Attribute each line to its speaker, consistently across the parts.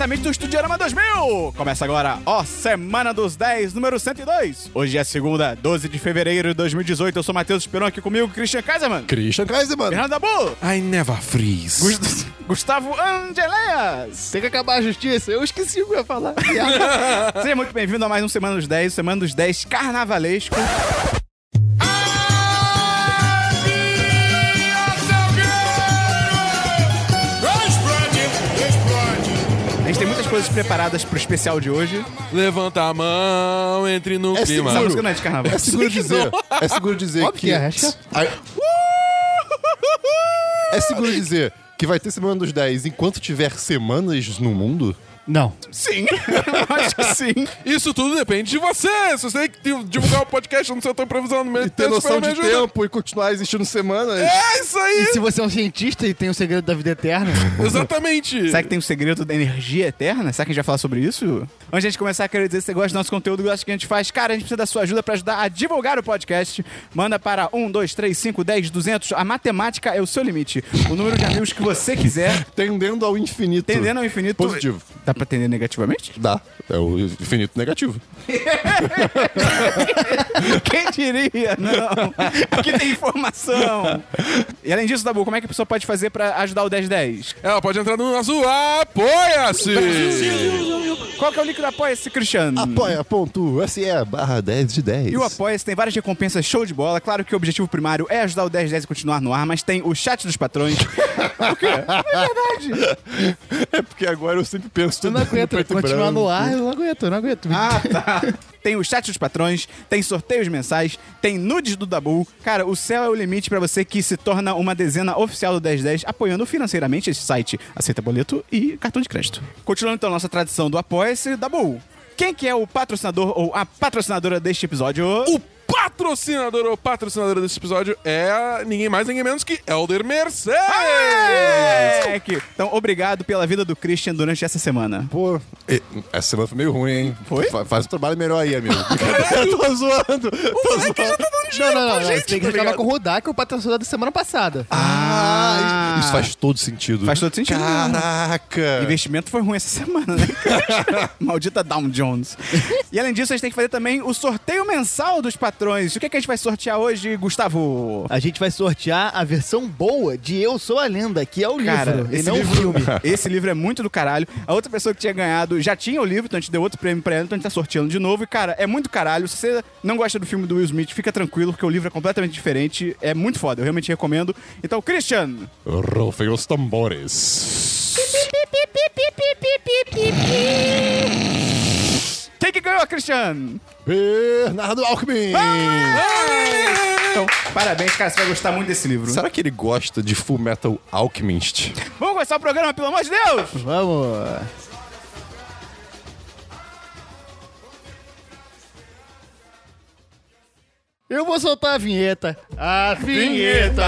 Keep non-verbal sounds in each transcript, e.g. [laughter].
Speaker 1: ouvintes do Estudiorama 2000! Começa agora, ó, Semana dos 10, número 102. Hoje é segunda, 12 de fevereiro de 2018. Eu sou Matheus Esperon, aqui comigo, Christian Kaiserman.
Speaker 2: Christian Kaiser, mano.
Speaker 1: Fernando Dabu.
Speaker 2: I never freeze.
Speaker 1: Gus- Gustavo Angeléas.
Speaker 3: Tem que acabar a justiça. Eu esqueci o que eu ia falar.
Speaker 1: Seja muito bem-vindo a mais um Semana dos 10, Semana dos 10 carnavalesco. A gente tem muitas coisas preparadas pro especial de hoje.
Speaker 2: Levanta a mão, entre no
Speaker 4: É
Speaker 2: clima.
Speaker 1: Essa
Speaker 4: seguro.
Speaker 1: música não é de carnaval.
Speaker 4: [laughs] É seguro dizer. É seguro dizer
Speaker 3: Óbvio
Speaker 4: que.
Speaker 3: que é, acho
Speaker 4: A- É seguro dizer que vai ter Semana dos 10 enquanto tiver semanas no mundo?
Speaker 3: Não.
Speaker 1: Sim, [laughs] eu acho que sim.
Speaker 2: Isso tudo depende de você. Se você tem que divulgar o podcast, eu não sei, eu tô improvisando no
Speaker 4: E
Speaker 2: meio do
Speaker 4: ter
Speaker 2: texto,
Speaker 4: noção
Speaker 2: pelo
Speaker 4: de
Speaker 2: menos ajuda.
Speaker 4: tempo e continuar existindo semanas?
Speaker 2: É isso aí.
Speaker 3: E se você é um cientista e tem o segredo da vida eterna,
Speaker 2: Exatamente.
Speaker 1: Será que tem o segredo da energia eterna? Será que a gente vai falar sobre isso? Antes de a gente começar, quero dizer, se você gosta do nosso conteúdo, gosta do que a gente faz, cara, a gente precisa da sua ajuda pra ajudar a divulgar o podcast. Manda para 1, 2, 3, 5, 10, 200. A matemática é o seu limite. O número de amigos que você
Speaker 4: [laughs]
Speaker 1: quiser,
Speaker 4: Tendendo ao infinito.
Speaker 1: tendendo ao infinito.
Speaker 4: Positivo.
Speaker 1: Dá pra tender negativamente?
Speaker 4: Dá. É o infinito negativo.
Speaker 1: Quem diria? Não. Aqui tem informação. E além disso, Dabu, como é que a pessoa pode fazer pra ajudar o 1010?
Speaker 2: Ela pode entrar no nosso Apoia-se.
Speaker 1: Qual que é o link do Apoia-se, Cristiano?
Speaker 4: Apoia.se barra 10 de 10.
Speaker 1: E o Apoia-se tem várias recompensas show de bola. Claro que o objetivo primário é ajudar o 1010 a continuar no ar, mas tem o chat dos patrões.
Speaker 4: É porque agora eu sempre penso
Speaker 3: eu
Speaker 4: tudo
Speaker 3: não aguento. Continuar
Speaker 4: Tá
Speaker 3: no ar, eu não aguento, eu não aguento.
Speaker 1: ah, tá. Tem o chat dos patrões, tem sorteios mensais, tem nudes do Dabu. Cara, o céu é o limite pra você que se torna uma dezena oficial do 1010, apoiando financeiramente esse site. Aceita boleto e cartão de crédito. Continuando então a nossa tradição do Apoia-se, Dabu. Quem que é o patrocinador ou a patrocinadora deste episódio?
Speaker 2: O patrocinador ou patrocinadora desse episódio é ninguém mais, ninguém menos que Elder Mercedes.
Speaker 1: Moleque! Então, obrigado pela vida do Christian durante essa semana.
Speaker 4: Pô, e- essa semana foi meio ruim, hein?
Speaker 1: Foi?
Speaker 4: Fa- faz um trabalho melhor aí, [laughs] amigo. Eu tô zoando. Tô zoando.
Speaker 3: Não, não, não. não. tem que reclamar com o Rodar, que é o patrocinador da semana passada.
Speaker 4: Ah, isso faz todo sentido.
Speaker 1: Faz todo sentido. né?
Speaker 4: Caraca!
Speaker 1: Investimento foi ruim essa semana, né? cara? Maldita Down Jones. E além disso, a gente tem que fazer também o sorteio mensal dos patrões. O que, é que a gente vai sortear hoje, Gustavo?
Speaker 3: A gente vai sortear a versão boa de Eu Sou a Lenda, que é o
Speaker 1: Cara,
Speaker 3: livro, e
Speaker 1: esse
Speaker 3: não o
Speaker 1: livro,
Speaker 3: [laughs] filme.
Speaker 1: esse livro é muito do caralho. A outra pessoa que tinha ganhado já tinha o livro, então a gente deu outro prêmio pra ela, então a gente tá sorteando de novo. E, cara, é muito caralho. Se você não gosta do filme do Will Smith, fica tranquilo, porque o livro é completamente diferente. É muito foda, eu realmente recomendo. Então, Christian,
Speaker 4: Rufem os tambores.
Speaker 1: quem que ganhou, Christian?
Speaker 4: Bernardo Alckmin! Ah,
Speaker 1: Então, parabéns, cara, você vai gostar muito desse livro.
Speaker 4: Será que ele gosta de Full Metal Alchemist?
Speaker 1: Vamos começar o programa, pelo amor de Deus!
Speaker 3: Vamos. Eu vou soltar a vinheta. A vinheta.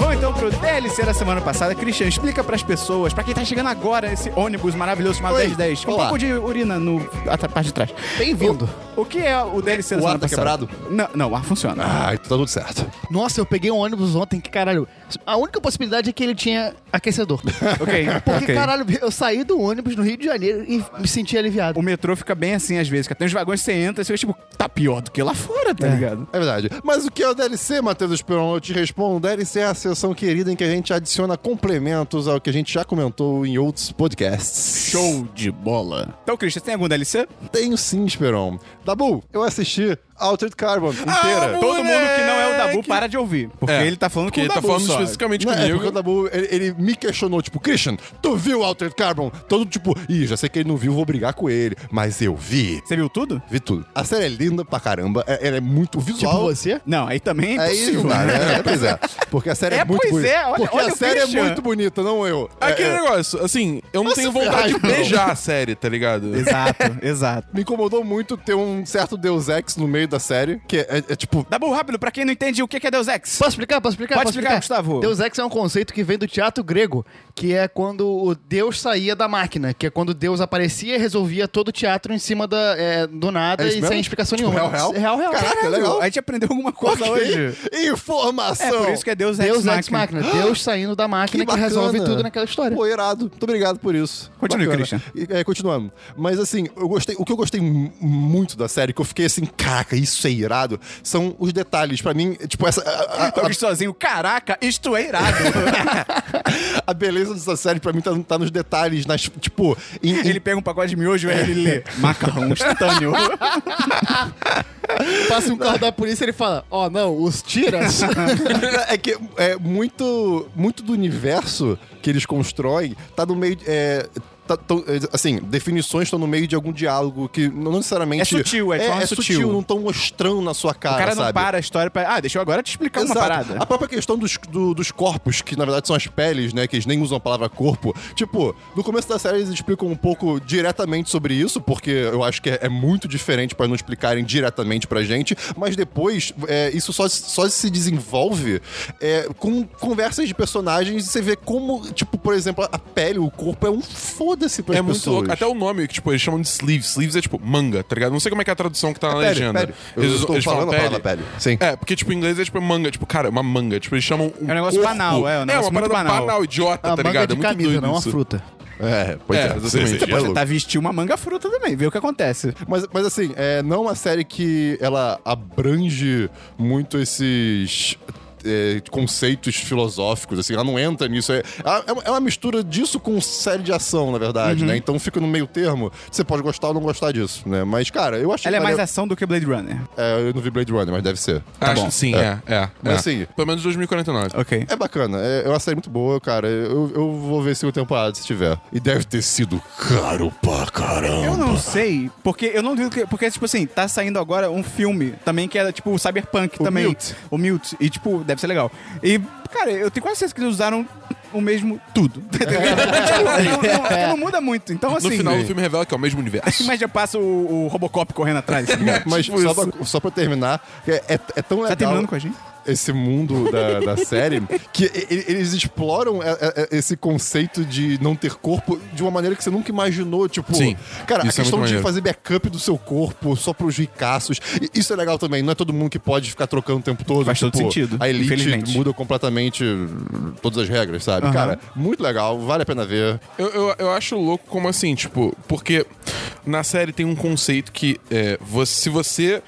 Speaker 1: Vamos então pro DLC da semana passada. Christian, explica pras pessoas, pra quem tá chegando agora, esse ônibus maravilhoso chamado
Speaker 4: Oi,
Speaker 1: 1010, com um
Speaker 4: olá.
Speaker 1: pouco de urina no, na parte de trás.
Speaker 3: Bem-vindo.
Speaker 1: O que é o DLC da
Speaker 4: O ar
Speaker 1: semana
Speaker 4: tá
Speaker 1: passada?
Speaker 4: quebrado?
Speaker 1: Não, não, o ar funciona.
Speaker 4: Ah, então tá tudo certo.
Speaker 3: Nossa, eu peguei um ônibus ontem que, caralho, a única possibilidade é que ele tinha [laughs] aquecedor.
Speaker 1: Ok,
Speaker 4: [laughs]
Speaker 3: Porque,
Speaker 1: ok.
Speaker 3: caralho, eu saí do ônibus no Rio de Janeiro e me senti aliviado.
Speaker 1: O metrô fica bem assim às vezes, cara. Tem uns vagões que você entra e você fica tipo, tá pior do que lá fora, tá ligado?
Speaker 4: É verdade. Mas o que é o DLC, Matheus Esperon? Eu te respondo. DLC é a sessão querida em que a gente adiciona complementos ao que a gente já comentou em outros podcasts.
Speaker 1: Show de bola. Então, Christian, tem algum DLC?
Speaker 4: Tenho sim, Esperon. Dabu, eu assisti Altered Carbon
Speaker 2: Ah,
Speaker 4: inteira.
Speaker 2: mo-
Speaker 4: Todo-
Speaker 1: Todo mundo que não é o Dabu
Speaker 2: Moleque!
Speaker 1: para de ouvir. Porque
Speaker 2: É,
Speaker 1: ele tá falando
Speaker 2: porque
Speaker 1: com o
Speaker 2: ele tá
Speaker 1: Dabu
Speaker 2: falando
Speaker 1: só.
Speaker 2: especificamente
Speaker 4: Não, é porque
Speaker 2: comigo.
Speaker 4: o Dabu, ele, ele me questionou, tipo, Christian, tu viu Altered Carbon? Todo tipo, ih, já sei que ele não viu, vou brigar com ele. Mas eu vi.
Speaker 1: Você viu tudo?
Speaker 4: Vi tudo. A série é linda pra caramba, é- ela é muito visual.
Speaker 3: Tipo você?
Speaker 1: Não, aí também é
Speaker 4: É isso,
Speaker 1: impossível.
Speaker 4: dá, né? Pois é. Porque a série é,
Speaker 1: É,
Speaker 4: muito
Speaker 1: pois
Speaker 4: bonita.
Speaker 1: é, olha-
Speaker 4: Porque
Speaker 1: olha
Speaker 4: a
Speaker 1: o
Speaker 4: série é
Speaker 1: Christian.
Speaker 4: muito bonita, não eu.
Speaker 2: É Aquele
Speaker 4: É, é,
Speaker 2: negócio, assim, eu não
Speaker 4: Nossa, [laughs]
Speaker 2: tenho vontade de
Speaker 4: Ferrari, não.
Speaker 2: beijar a série, tá ligado?
Speaker 1: Exato, [laughs] exato.
Speaker 4: me incomodou muito ter um certo Deus Ex no meio da série, que é, é- é tipo.
Speaker 1: Dabu, rápido, pra quem não entende o que que é Deus Ex.
Speaker 3: Posso explicar? Posso explicar?
Speaker 1: Pode
Speaker 3: Posso
Speaker 1: explicar, Gustavo.
Speaker 3: Deus Ex é um conceito que vem do teatro grego, que é quando o Deus saía da máquina, que é quando Deus aparecia e resolvia todo o teatro em cima da, é, do nada
Speaker 4: É isso
Speaker 3: e
Speaker 4: mesmo?
Speaker 3: sem explicação
Speaker 4: Tipo,
Speaker 3: nenhuma.
Speaker 4: real, real?
Speaker 3: Real, real.
Speaker 4: Caraca,
Speaker 3: Caralho.
Speaker 4: legal.
Speaker 1: A gente aprendeu alguma coisa
Speaker 4: ok,
Speaker 1: hoje.
Speaker 4: Informação!
Speaker 1: É por isso que é Deus,
Speaker 3: Deus
Speaker 1: Ex
Speaker 3: Ex Máquina. Deus saindo da máquina né, que,
Speaker 4: bacana.
Speaker 3: resolve tudo naquela história.
Speaker 4: Pô, irado. Muito obrigado por isso.
Speaker 1: Continue, Christian.
Speaker 4: E, É, continuando. Mas assim, eu gostei, o que eu gostei mu- muito da série, que eu fiquei assim, caraca, isso é irado, são os detalhes. Pra mim, é, tipo, essa. a- a- a-
Speaker 1: Tô aqui sozinho. Caraca, isto é irado.
Speaker 4: A beleza dessa série, pra mim, tá, tá nos detalhes, nas, tipo, em, em-
Speaker 1: ele pega um pacote de miojo e ele lê macarrão instantâneo.
Speaker 3: Passa um carro da polícia e ele fala: Ó, não,
Speaker 4: [laughs]
Speaker 3: os tiras.
Speaker 4: [laughs] é que é muito, muito do universo que eles constroem tá no meio. É, tá- tão- é, assim, definições estão no meio de algum diálogo que não necessariamente.
Speaker 1: É sutil, é de forma
Speaker 4: é sutil.
Speaker 1: sutil.
Speaker 4: não estão mostrando na sua cara.
Speaker 1: o cara não
Speaker 4: sabe?
Speaker 1: para a história pra. Ah, deixa eu agora te explicar
Speaker 4: Exato. Tá
Speaker 1: uma
Speaker 4: [laughs]
Speaker 1: parada.
Speaker 4: A própria questão dos, do- dos corpos, que na verdade são as peles, né? Que eles nem usam a palavra corpo. Tipo, no começo da série eles explicam um pouco diretamente sobre isso, porque eu acho que é, é muito diferente pra não explicarem diretamente pra gente, mas depois é, isso só, só se desenvolve é, com conversas de personagens e você vê como, tipo, por exemplo, a pele, o corpo é um foda-se pras
Speaker 2: É muito
Speaker 4: pessoas.
Speaker 2: louco. Até o nome, que, tipo, eles chamam de sleeves. Sleeves é tipo manga, tá ligado? Não sei como é que é a tradução que tá na
Speaker 4: pele,
Speaker 2: legenda.
Speaker 4: pele. Eu estou falando a palavra pele. Sim.
Speaker 2: É, porque, tipo, em inglês é tipo manga, tipo, cara, uma manga. Tipo, eles chamam. Um
Speaker 1: É um negócio
Speaker 2: corpo.
Speaker 1: banal, é, um
Speaker 2: É,
Speaker 1: negócio
Speaker 2: uma
Speaker 1: muito
Speaker 2: parada
Speaker 1: banal.
Speaker 2: idiota,
Speaker 3: a
Speaker 2: tá
Speaker 3: manga
Speaker 2: ligado?
Speaker 3: de
Speaker 2: é muito
Speaker 3: camisa,
Speaker 2: doido
Speaker 3: não uma
Speaker 2: isso.
Speaker 3: fruta.
Speaker 4: É, pois
Speaker 2: É,
Speaker 4: é.
Speaker 2: eu sei,
Speaker 4: exatamente.
Speaker 2: sei,
Speaker 4: É
Speaker 2: sei.
Speaker 4: louco.
Speaker 1: Tá vestir uma manga fruta também, vê o que acontece.
Speaker 4: Mas, mas assim, é, não é uma série que ela abrange muito esses é, conceitos filosóficos, assim, ela não entra nisso. É, ela- é uma- é uma mistura disso com série de ação, na
Speaker 1: Uhum.
Speaker 4: verdade, né? Então fica no meio termo. Você pode gostar ou não gostar disso, né? Mas, cara, eu achei
Speaker 1: Ela é
Speaker 4: que
Speaker 1: mais Ah.
Speaker 4: valeu-
Speaker 1: ação do que Blade Runner.
Speaker 4: É, eu não vi Blade Runner, mas deve ser.
Speaker 2: Acho
Speaker 1: bom.
Speaker 2: que sim, é. é, é,
Speaker 4: Mas assim-
Speaker 2: Pelo menos 2049.
Speaker 1: Ok.
Speaker 4: É bacana, é, é uma série muito boa, cara. Eu, eu vou ver segunda temporada se tiver. E deve ter sido caro pra caramba.
Speaker 1: Eu não sei, porque eu não duvido que. Porque, tipo assim, tá saindo agora um filme também que é tipo o Cyberpunk
Speaker 4: O
Speaker 1: também.
Speaker 4: Mute.
Speaker 1: O Mute. E, tipo, deve ser legal. E, cara, eu tenho quase certeza que eles usaram o mesmo tudo. [laughs] tá entendendo? tipo, não, não- não muda muito. Então, assim.
Speaker 2: No final do filme revela que é o mesmo
Speaker 1: [laughs]
Speaker 2: universo.
Speaker 1: Mas já passa o, o Robocop correndo atrás. tá
Speaker 2: [laughs]
Speaker 1: ligado?
Speaker 4: [laughs] Mas
Speaker 2: Tipo
Speaker 4: só,
Speaker 2: isso.
Speaker 4: pra, só pra terminar, é, é, é tão legal.
Speaker 1: Tá terminando com a gente?
Speaker 4: esse mundo
Speaker 1: [laughs]
Speaker 4: da, da série que e- e- eles exploram é, é, é, esse conceito de não ter corpo de uma maneira que você nunca imaginou. Tipo,
Speaker 2: Sim,
Speaker 4: cara, a
Speaker 2: isso é
Speaker 4: questão
Speaker 2: muito
Speaker 4: de
Speaker 2: maneiro.
Speaker 4: fazer backup do seu corpo só pros ricaços. E Isso é legal também. Não é todo mundo que pode ficar trocando o tempo todo. tipo,
Speaker 1: Faz todo sentido,
Speaker 4: A elite
Speaker 1: infelizmente.
Speaker 4: muda completamente todas as regras, sabe?
Speaker 1: Aham.
Speaker 4: Cara, muito legal. Vale a pena ver.
Speaker 2: Eu, eu, eu acho louco como assim, tipo, porque na série tem um conceito que é, você, se você.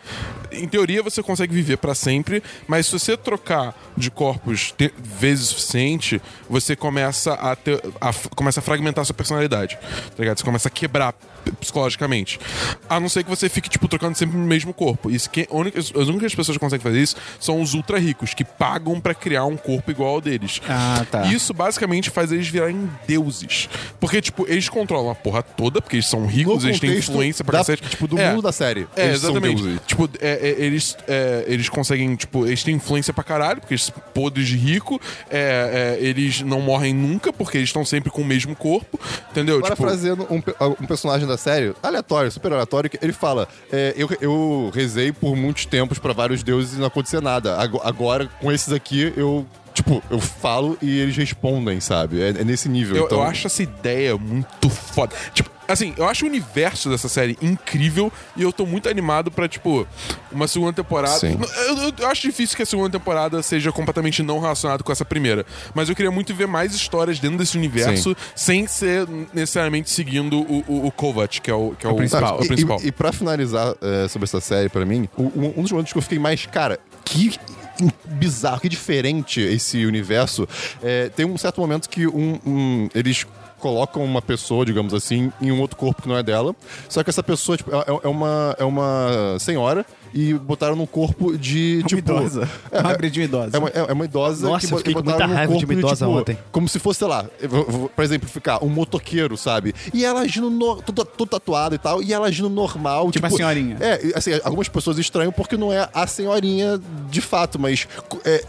Speaker 2: Em teoria você consegue viver pra sempre, mas se você trocar de corpos te- vezes o suficiente, você começa a ter. A, f- começa a fragmentar a sua personalidade. Tá ligado? Você começa a quebrar p- psicologicamente. A não ser que você fique, tipo, trocando sempre o mesmo corpo. Isso que, é a única- as únicas pessoas que conseguem fazer isso são os ultra ricos, que pagam pra criar um corpo igual ao deles.
Speaker 1: Ah,
Speaker 4: É.
Speaker 1: tá.
Speaker 2: E isso basicamente faz eles virarem deuses. Porque, tipo, eles controlam a porra toda, porque eles são
Speaker 4: No
Speaker 2: ricos, eles têm
Speaker 4: contexto
Speaker 2: influência pra
Speaker 4: da-
Speaker 2: cacete.
Speaker 4: Tipo, do
Speaker 2: É.
Speaker 4: mundo da série.
Speaker 2: É,
Speaker 4: Eles são
Speaker 2: exatamente.
Speaker 4: deuses.
Speaker 2: Tipo, é, é, eles, é, eles conseguem, tipo, eles têm influência pra caralho, porque eles são podres de rico, é, é, eles não morrem nunca, porque eles estão sempre com o mesmo corpo, entendeu? Tipo,
Speaker 4: Parafraseando um, pe- um personagem da série, aleatório, super aleatório, que ele fala: é, eu, eu rezei por muitos tempos pra vários deuses e não acontecia nada. Ago- Agora, com esses aqui, eu. Tipo, eu falo e eles respondem, sabe? É, é nesse nível.
Speaker 2: Eu,
Speaker 4: então,
Speaker 2: eu acho essa ideia muito foda. Tipo, assim, eu acho o universo dessa série incrível e eu tô muito animado pra, tipo, uma segunda temporada.
Speaker 4: Sim.
Speaker 2: N- Eu, eu- eu acho difícil que a segunda temporada seja completamente não relacionada com essa primeira. Mas eu queria muito ver mais histórias dentro desse universo sem ser necessariamente seguindo o, o, o Kovac, que é o, que é o,
Speaker 1: principal.
Speaker 2: o
Speaker 4: E-
Speaker 2: principal.
Speaker 4: E, e pra finalizar é, sobre essa série, pra mim, o- um, um dos momentos que eu fiquei mais, cara, que in- bizarro, que diferente esse universo. é, tem um certo momento que um, um- eles colocam uma pessoa, digamos assim, em um outro corpo que não é dela. Só que essa pessoa tipo, é, é uma, é uma senhora e botaram num corpo de,
Speaker 1: Uma
Speaker 4: tipo...
Speaker 1: idosa.
Speaker 4: É,
Speaker 1: Uma
Speaker 4: é-
Speaker 1: agrediu idosa.
Speaker 4: é uma, é- é uma idosa
Speaker 5: Nossa,
Speaker 4: que,
Speaker 5: eu
Speaker 4: bo-
Speaker 5: fiquei
Speaker 4: que
Speaker 5: com
Speaker 4: botaram
Speaker 5: muita
Speaker 4: num
Speaker 5: raiva de
Speaker 4: corpo
Speaker 5: uma idosa
Speaker 4: tipo,
Speaker 5: ontem.
Speaker 4: Como se fosse, sei lá, eu vou- vou- pra exemplificar, um motoqueiro, sabe? E ela agindo no, toda, toda tatuada e tal, e ela agindo normal.
Speaker 1: Tipo a senhorinha.
Speaker 4: É, e, assim, algumas pessoas estranham porque não é a senhorinha de fato, mas co- é-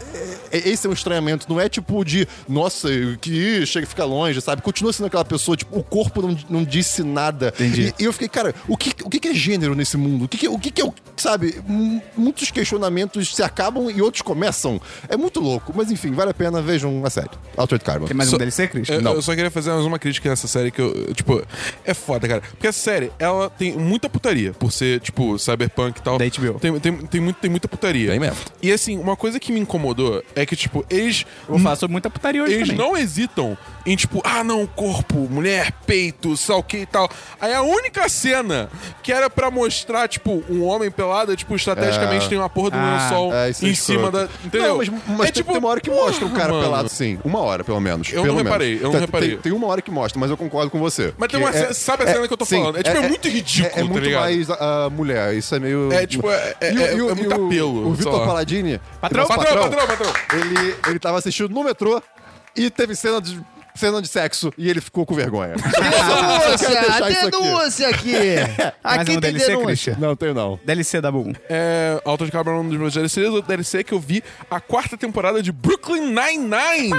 Speaker 4: é- esse é um estranhamento. Não é tipo de, nossa, que chega e fica longe, sabe? Continua sendo aquela pessoa, tipo, o corpo não, não disse nada.
Speaker 1: Entendi.
Speaker 4: E- e eu fiquei, cara, o que, o que que é gênero nesse mundo? O que, que- o que, que é o. Sabe? M- Muitos questionamentos se acabam e outros começam. É muito louco, mas enfim, vale a pena, vejam a série. Altered Carbon.
Speaker 1: Tem mais
Speaker 2: Só-
Speaker 1: um DLC, Cris?
Speaker 2: Eu,
Speaker 4: Não.
Speaker 2: eu só queria fazer mais uma crítica nessa série que eu, tipo, é foda, cara. Porque essa série, ela tem muita putaria, por ser, tipo, cyberpunk e tal.
Speaker 1: Da HBO.
Speaker 2: Tem, tem, tem, muito, tem muita putaria.
Speaker 4: Tem mesmo.
Speaker 2: E assim, uma coisa que me incomodou é que, tipo, eles.
Speaker 1: Vou falar sobre muita putaria hoje
Speaker 2: Eles
Speaker 1: também.
Speaker 2: não hesitam em, tipo, ah, não, corpo, mulher, peito, sei lá o que e tal. Aí a única cena que era pra mostrar, tipo, um homem pelado, é, tipo, estrategicamente
Speaker 4: É.
Speaker 2: tem uma porra do
Speaker 1: Ah,
Speaker 2: lençol
Speaker 4: É, isso é
Speaker 2: em
Speaker 4: escroto.
Speaker 2: cima da. Entendeu?
Speaker 4: Não, mas, mas
Speaker 2: é,
Speaker 4: tem, tem uma hora que mostra o cara
Speaker 2: porra, mano.
Speaker 4: pelado, sim. Uma hora, pelo menos.
Speaker 2: Eu não
Speaker 4: pelo menos.
Speaker 2: reparei, eu não
Speaker 4: Tem-
Speaker 2: reparei.
Speaker 4: Tem, tem uma hora que mostra, mas eu concordo com você.
Speaker 2: Mas tem
Speaker 4: Que
Speaker 2: uma cena- sabe a cena que eu tô falando? É, tipo, é muito ridículo,
Speaker 4: É, é
Speaker 2: tá
Speaker 4: muito
Speaker 2: ligado?
Speaker 4: mais ah, mulher, isso é meio...
Speaker 2: É, tipo, é- é-
Speaker 4: E o-
Speaker 2: é-
Speaker 4: e o-
Speaker 2: é muito
Speaker 4: e o-
Speaker 2: apelo,
Speaker 4: O
Speaker 2: sei lá.
Speaker 4: Vitor Paladini...
Speaker 1: Patrão,
Speaker 4: nosso
Speaker 2: Patrão, patrão, patrão.
Speaker 4: ele, ele tava assistindo no metrô e teve cena de, cena de sexo e ele ficou com vergonha. Eu quero deixar
Speaker 3: Denúncia!
Speaker 4: isso aqui.
Speaker 3: "Ah, Denúncia aqui!
Speaker 1: Mais
Speaker 3: Aqui
Speaker 1: um
Speaker 3: tem
Speaker 1: DLC,
Speaker 3: denúncia.
Speaker 1: Christian?
Speaker 4: Não, tenho não.
Speaker 1: DLC da Boom.
Speaker 2: É, Alto de Cabra é um dos meus DLCs. Outro DLC que eu vi a quarta temporada de Brooklyn Nine-Nine.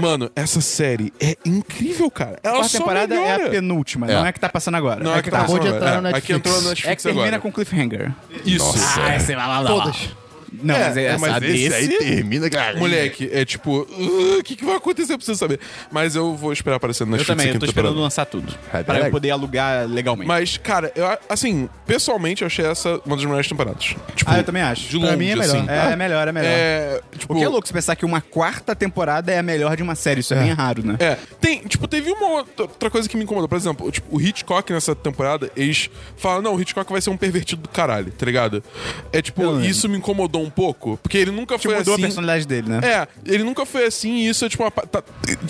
Speaker 2: Mano, essa série é incrível, cara. Ela
Speaker 1: A quarta
Speaker 2: só
Speaker 1: temporada
Speaker 2: melhora.
Speaker 1: é a penúltima,
Speaker 4: É.
Speaker 1: não é a que tá passando agora.
Speaker 2: Não, é que tá
Speaker 3: acabou de
Speaker 2: agora.
Speaker 3: entrar no
Speaker 2: É, Aqui
Speaker 3: Netflix.
Speaker 2: entrou no
Speaker 1: É que
Speaker 2: Netflix
Speaker 1: termina
Speaker 2: agora.
Speaker 1: com cliffhanger.
Speaker 2: Isso.
Speaker 1: Ah, esse vai lá, lá, lá.
Speaker 3: Todas.
Speaker 1: Não, mas é,
Speaker 2: é, mas
Speaker 1: essa
Speaker 2: esse aí
Speaker 1: desse-
Speaker 4: termina, cara.
Speaker 2: Moleque, é tipo... "Uh, O que, que vai acontecer? Eu preciso saber. Mas eu vou esperar aparecer no
Speaker 1: Eu
Speaker 2: Netflix
Speaker 1: também,
Speaker 2: a
Speaker 1: eu tô
Speaker 2: quinta
Speaker 1: esperando
Speaker 2: temporada.
Speaker 1: lançar tudo.
Speaker 4: Vai,
Speaker 1: Pra eu
Speaker 4: peraí.
Speaker 1: poder alugar legalmente.
Speaker 2: Mas, cara, eu, assim, pessoalmente eu achei essa uma das melhores temporadas. Tipo,
Speaker 1: Ah, eu também acho.
Speaker 2: De longe,
Speaker 3: Pra mim é melhor.
Speaker 2: assim.
Speaker 1: É, é melhor, é melhor.
Speaker 2: É, tipo,
Speaker 1: O que é louco você pensar que uma quarta temporada é a melhor de uma série, isso é, bem raro, né?
Speaker 2: É, tem, tipo, teve uma outra outra coisa que me incomodou. Por exemplo, tipo, o Hitchcock nessa temporada, eles falam, não, o Hitchcock vai ser um pervertido do caralho, tá ligado? É tipo, isso me incomodou um pouco, porque ele nunca
Speaker 1: Tipo,
Speaker 2: foi
Speaker 1: mudou
Speaker 2: assim.
Speaker 1: a personalidade dele, né?
Speaker 2: É, ele nunca foi assim e isso é tipo uma. pa- tá-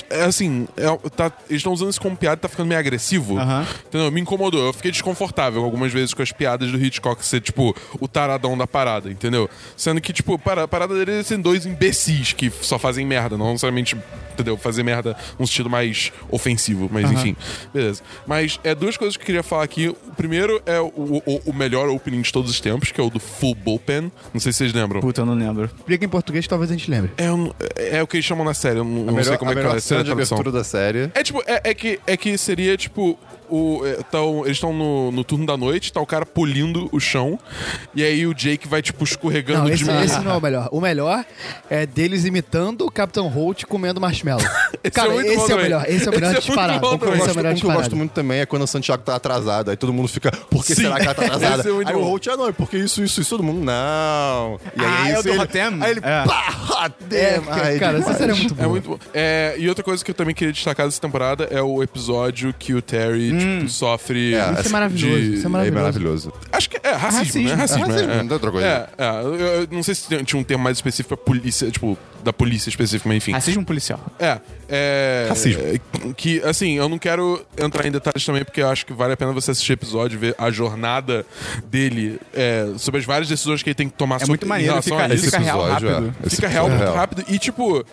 Speaker 2: é assim, é- tá- eles estão usando isso como piada e tá ficando meio agressivo.
Speaker 1: Aham.
Speaker 2: Entendeu? Me incomodou. Eu fiquei desconfortável algumas vezes com as piadas do Hitchcock ser, tipo, o taradão da parada, entendeu? Sendo que, tipo, para- a parada dele é ser dois imbecis que só fazem merda, não necessariamente, entendeu? Fazer merda num sentido mais ofensivo, mas enfim. Beleza. Mas é duas coisas que eu queria falar aqui. O primeiro é o, o- o melhor opening de todos os tempos, que é o do Full Bullpen. Não sei se vocês lembram.
Speaker 1: Puta, eu não lembro.
Speaker 3: Explica em português, talvez a gente lembre.
Speaker 2: É, eu não- é o que eles chamam na série, eu não, não
Speaker 4: A melhor,
Speaker 2: sei como
Speaker 4: a
Speaker 2: é que
Speaker 4: melhor
Speaker 2: é,
Speaker 4: cena
Speaker 2: seria a
Speaker 4: de
Speaker 2: tradução.
Speaker 4: abertura da série.
Speaker 2: É tipo, é, é que, é que seria tipo. O, é, tão- eles estão no, no turno da noite, tá o cara polindo o chão, e aí o Jake vai, tipo, escorregando
Speaker 3: Não,
Speaker 2: de
Speaker 3: esse,
Speaker 2: mim.
Speaker 3: esse não é o melhor. O melhor é deles imitando o Capitão Holt comendo marshmallow. Cara,
Speaker 2: muito bom
Speaker 3: [laughs] esse é o
Speaker 2: também.
Speaker 3: melhor. Esse é o melhor
Speaker 2: Esse é muito
Speaker 3: disparado.
Speaker 2: bom
Speaker 3: Esse
Speaker 2: também.
Speaker 3: é
Speaker 4: gosto-
Speaker 3: o melhor
Speaker 4: um que eu gosto
Speaker 3: disparado.
Speaker 4: muito também é quando o Santiago tá atrasado. Aí todo mundo fica, por que
Speaker 2: Sim.
Speaker 4: será que ela tá atrasada?
Speaker 2: Esse é muito
Speaker 4: aí o
Speaker 2: bom.
Speaker 4: Holt, ah, não, é porque isso, isso, isso. Todo mundo, não. E aí
Speaker 1: Ah,
Speaker 4: é
Speaker 1: é o
Speaker 4: isso.
Speaker 1: do
Speaker 4: ele-
Speaker 1: Rotem?
Speaker 4: Aí ele,
Speaker 1: É.
Speaker 4: pá, Hot
Speaker 3: É,
Speaker 4: Damn.
Speaker 3: cara,
Speaker 4: Aí
Speaker 3: cara, essa
Speaker 4: demais.
Speaker 3: série é muito boa.
Speaker 2: É muito bom. É, e outra coisa que eu também queria destacar dessa temporada é o episódio que o Terry, tipo, sofre.
Speaker 4: É,
Speaker 3: Isso é
Speaker 4: de-
Speaker 3: maravilhoso. Isso é
Speaker 4: É
Speaker 3: maravilhoso.
Speaker 4: maravilhoso.
Speaker 2: Acho que é racismo,
Speaker 1: Racismo,
Speaker 2: né? Racismo,
Speaker 4: é racismo,
Speaker 2: é,
Speaker 4: não tem outra coisa.
Speaker 2: É, é. Eu, eu não sei se tem- tinha um termo mais específico pra polícia, tipo, da polícia específica, mas enfim.
Speaker 1: Racismo Ah, um policial.
Speaker 2: É, é.
Speaker 4: Racismo.
Speaker 2: é, Que, assim, eu não quero entrar em detalhes também, porque eu acho que vale a pena você assistir o episódio, ver a jornada dele, é, sobre as várias decisões que ele tem que tomar
Speaker 1: É
Speaker 2: sobre,
Speaker 1: muito
Speaker 2: em
Speaker 1: maneiro,
Speaker 2: relação
Speaker 1: fica,
Speaker 2: a isso.
Speaker 1: fica real
Speaker 4: episódio,
Speaker 1: rápido.
Speaker 4: é. Esse
Speaker 2: Fica real
Speaker 4: episódio é real.
Speaker 2: muito rápido. E, tipo,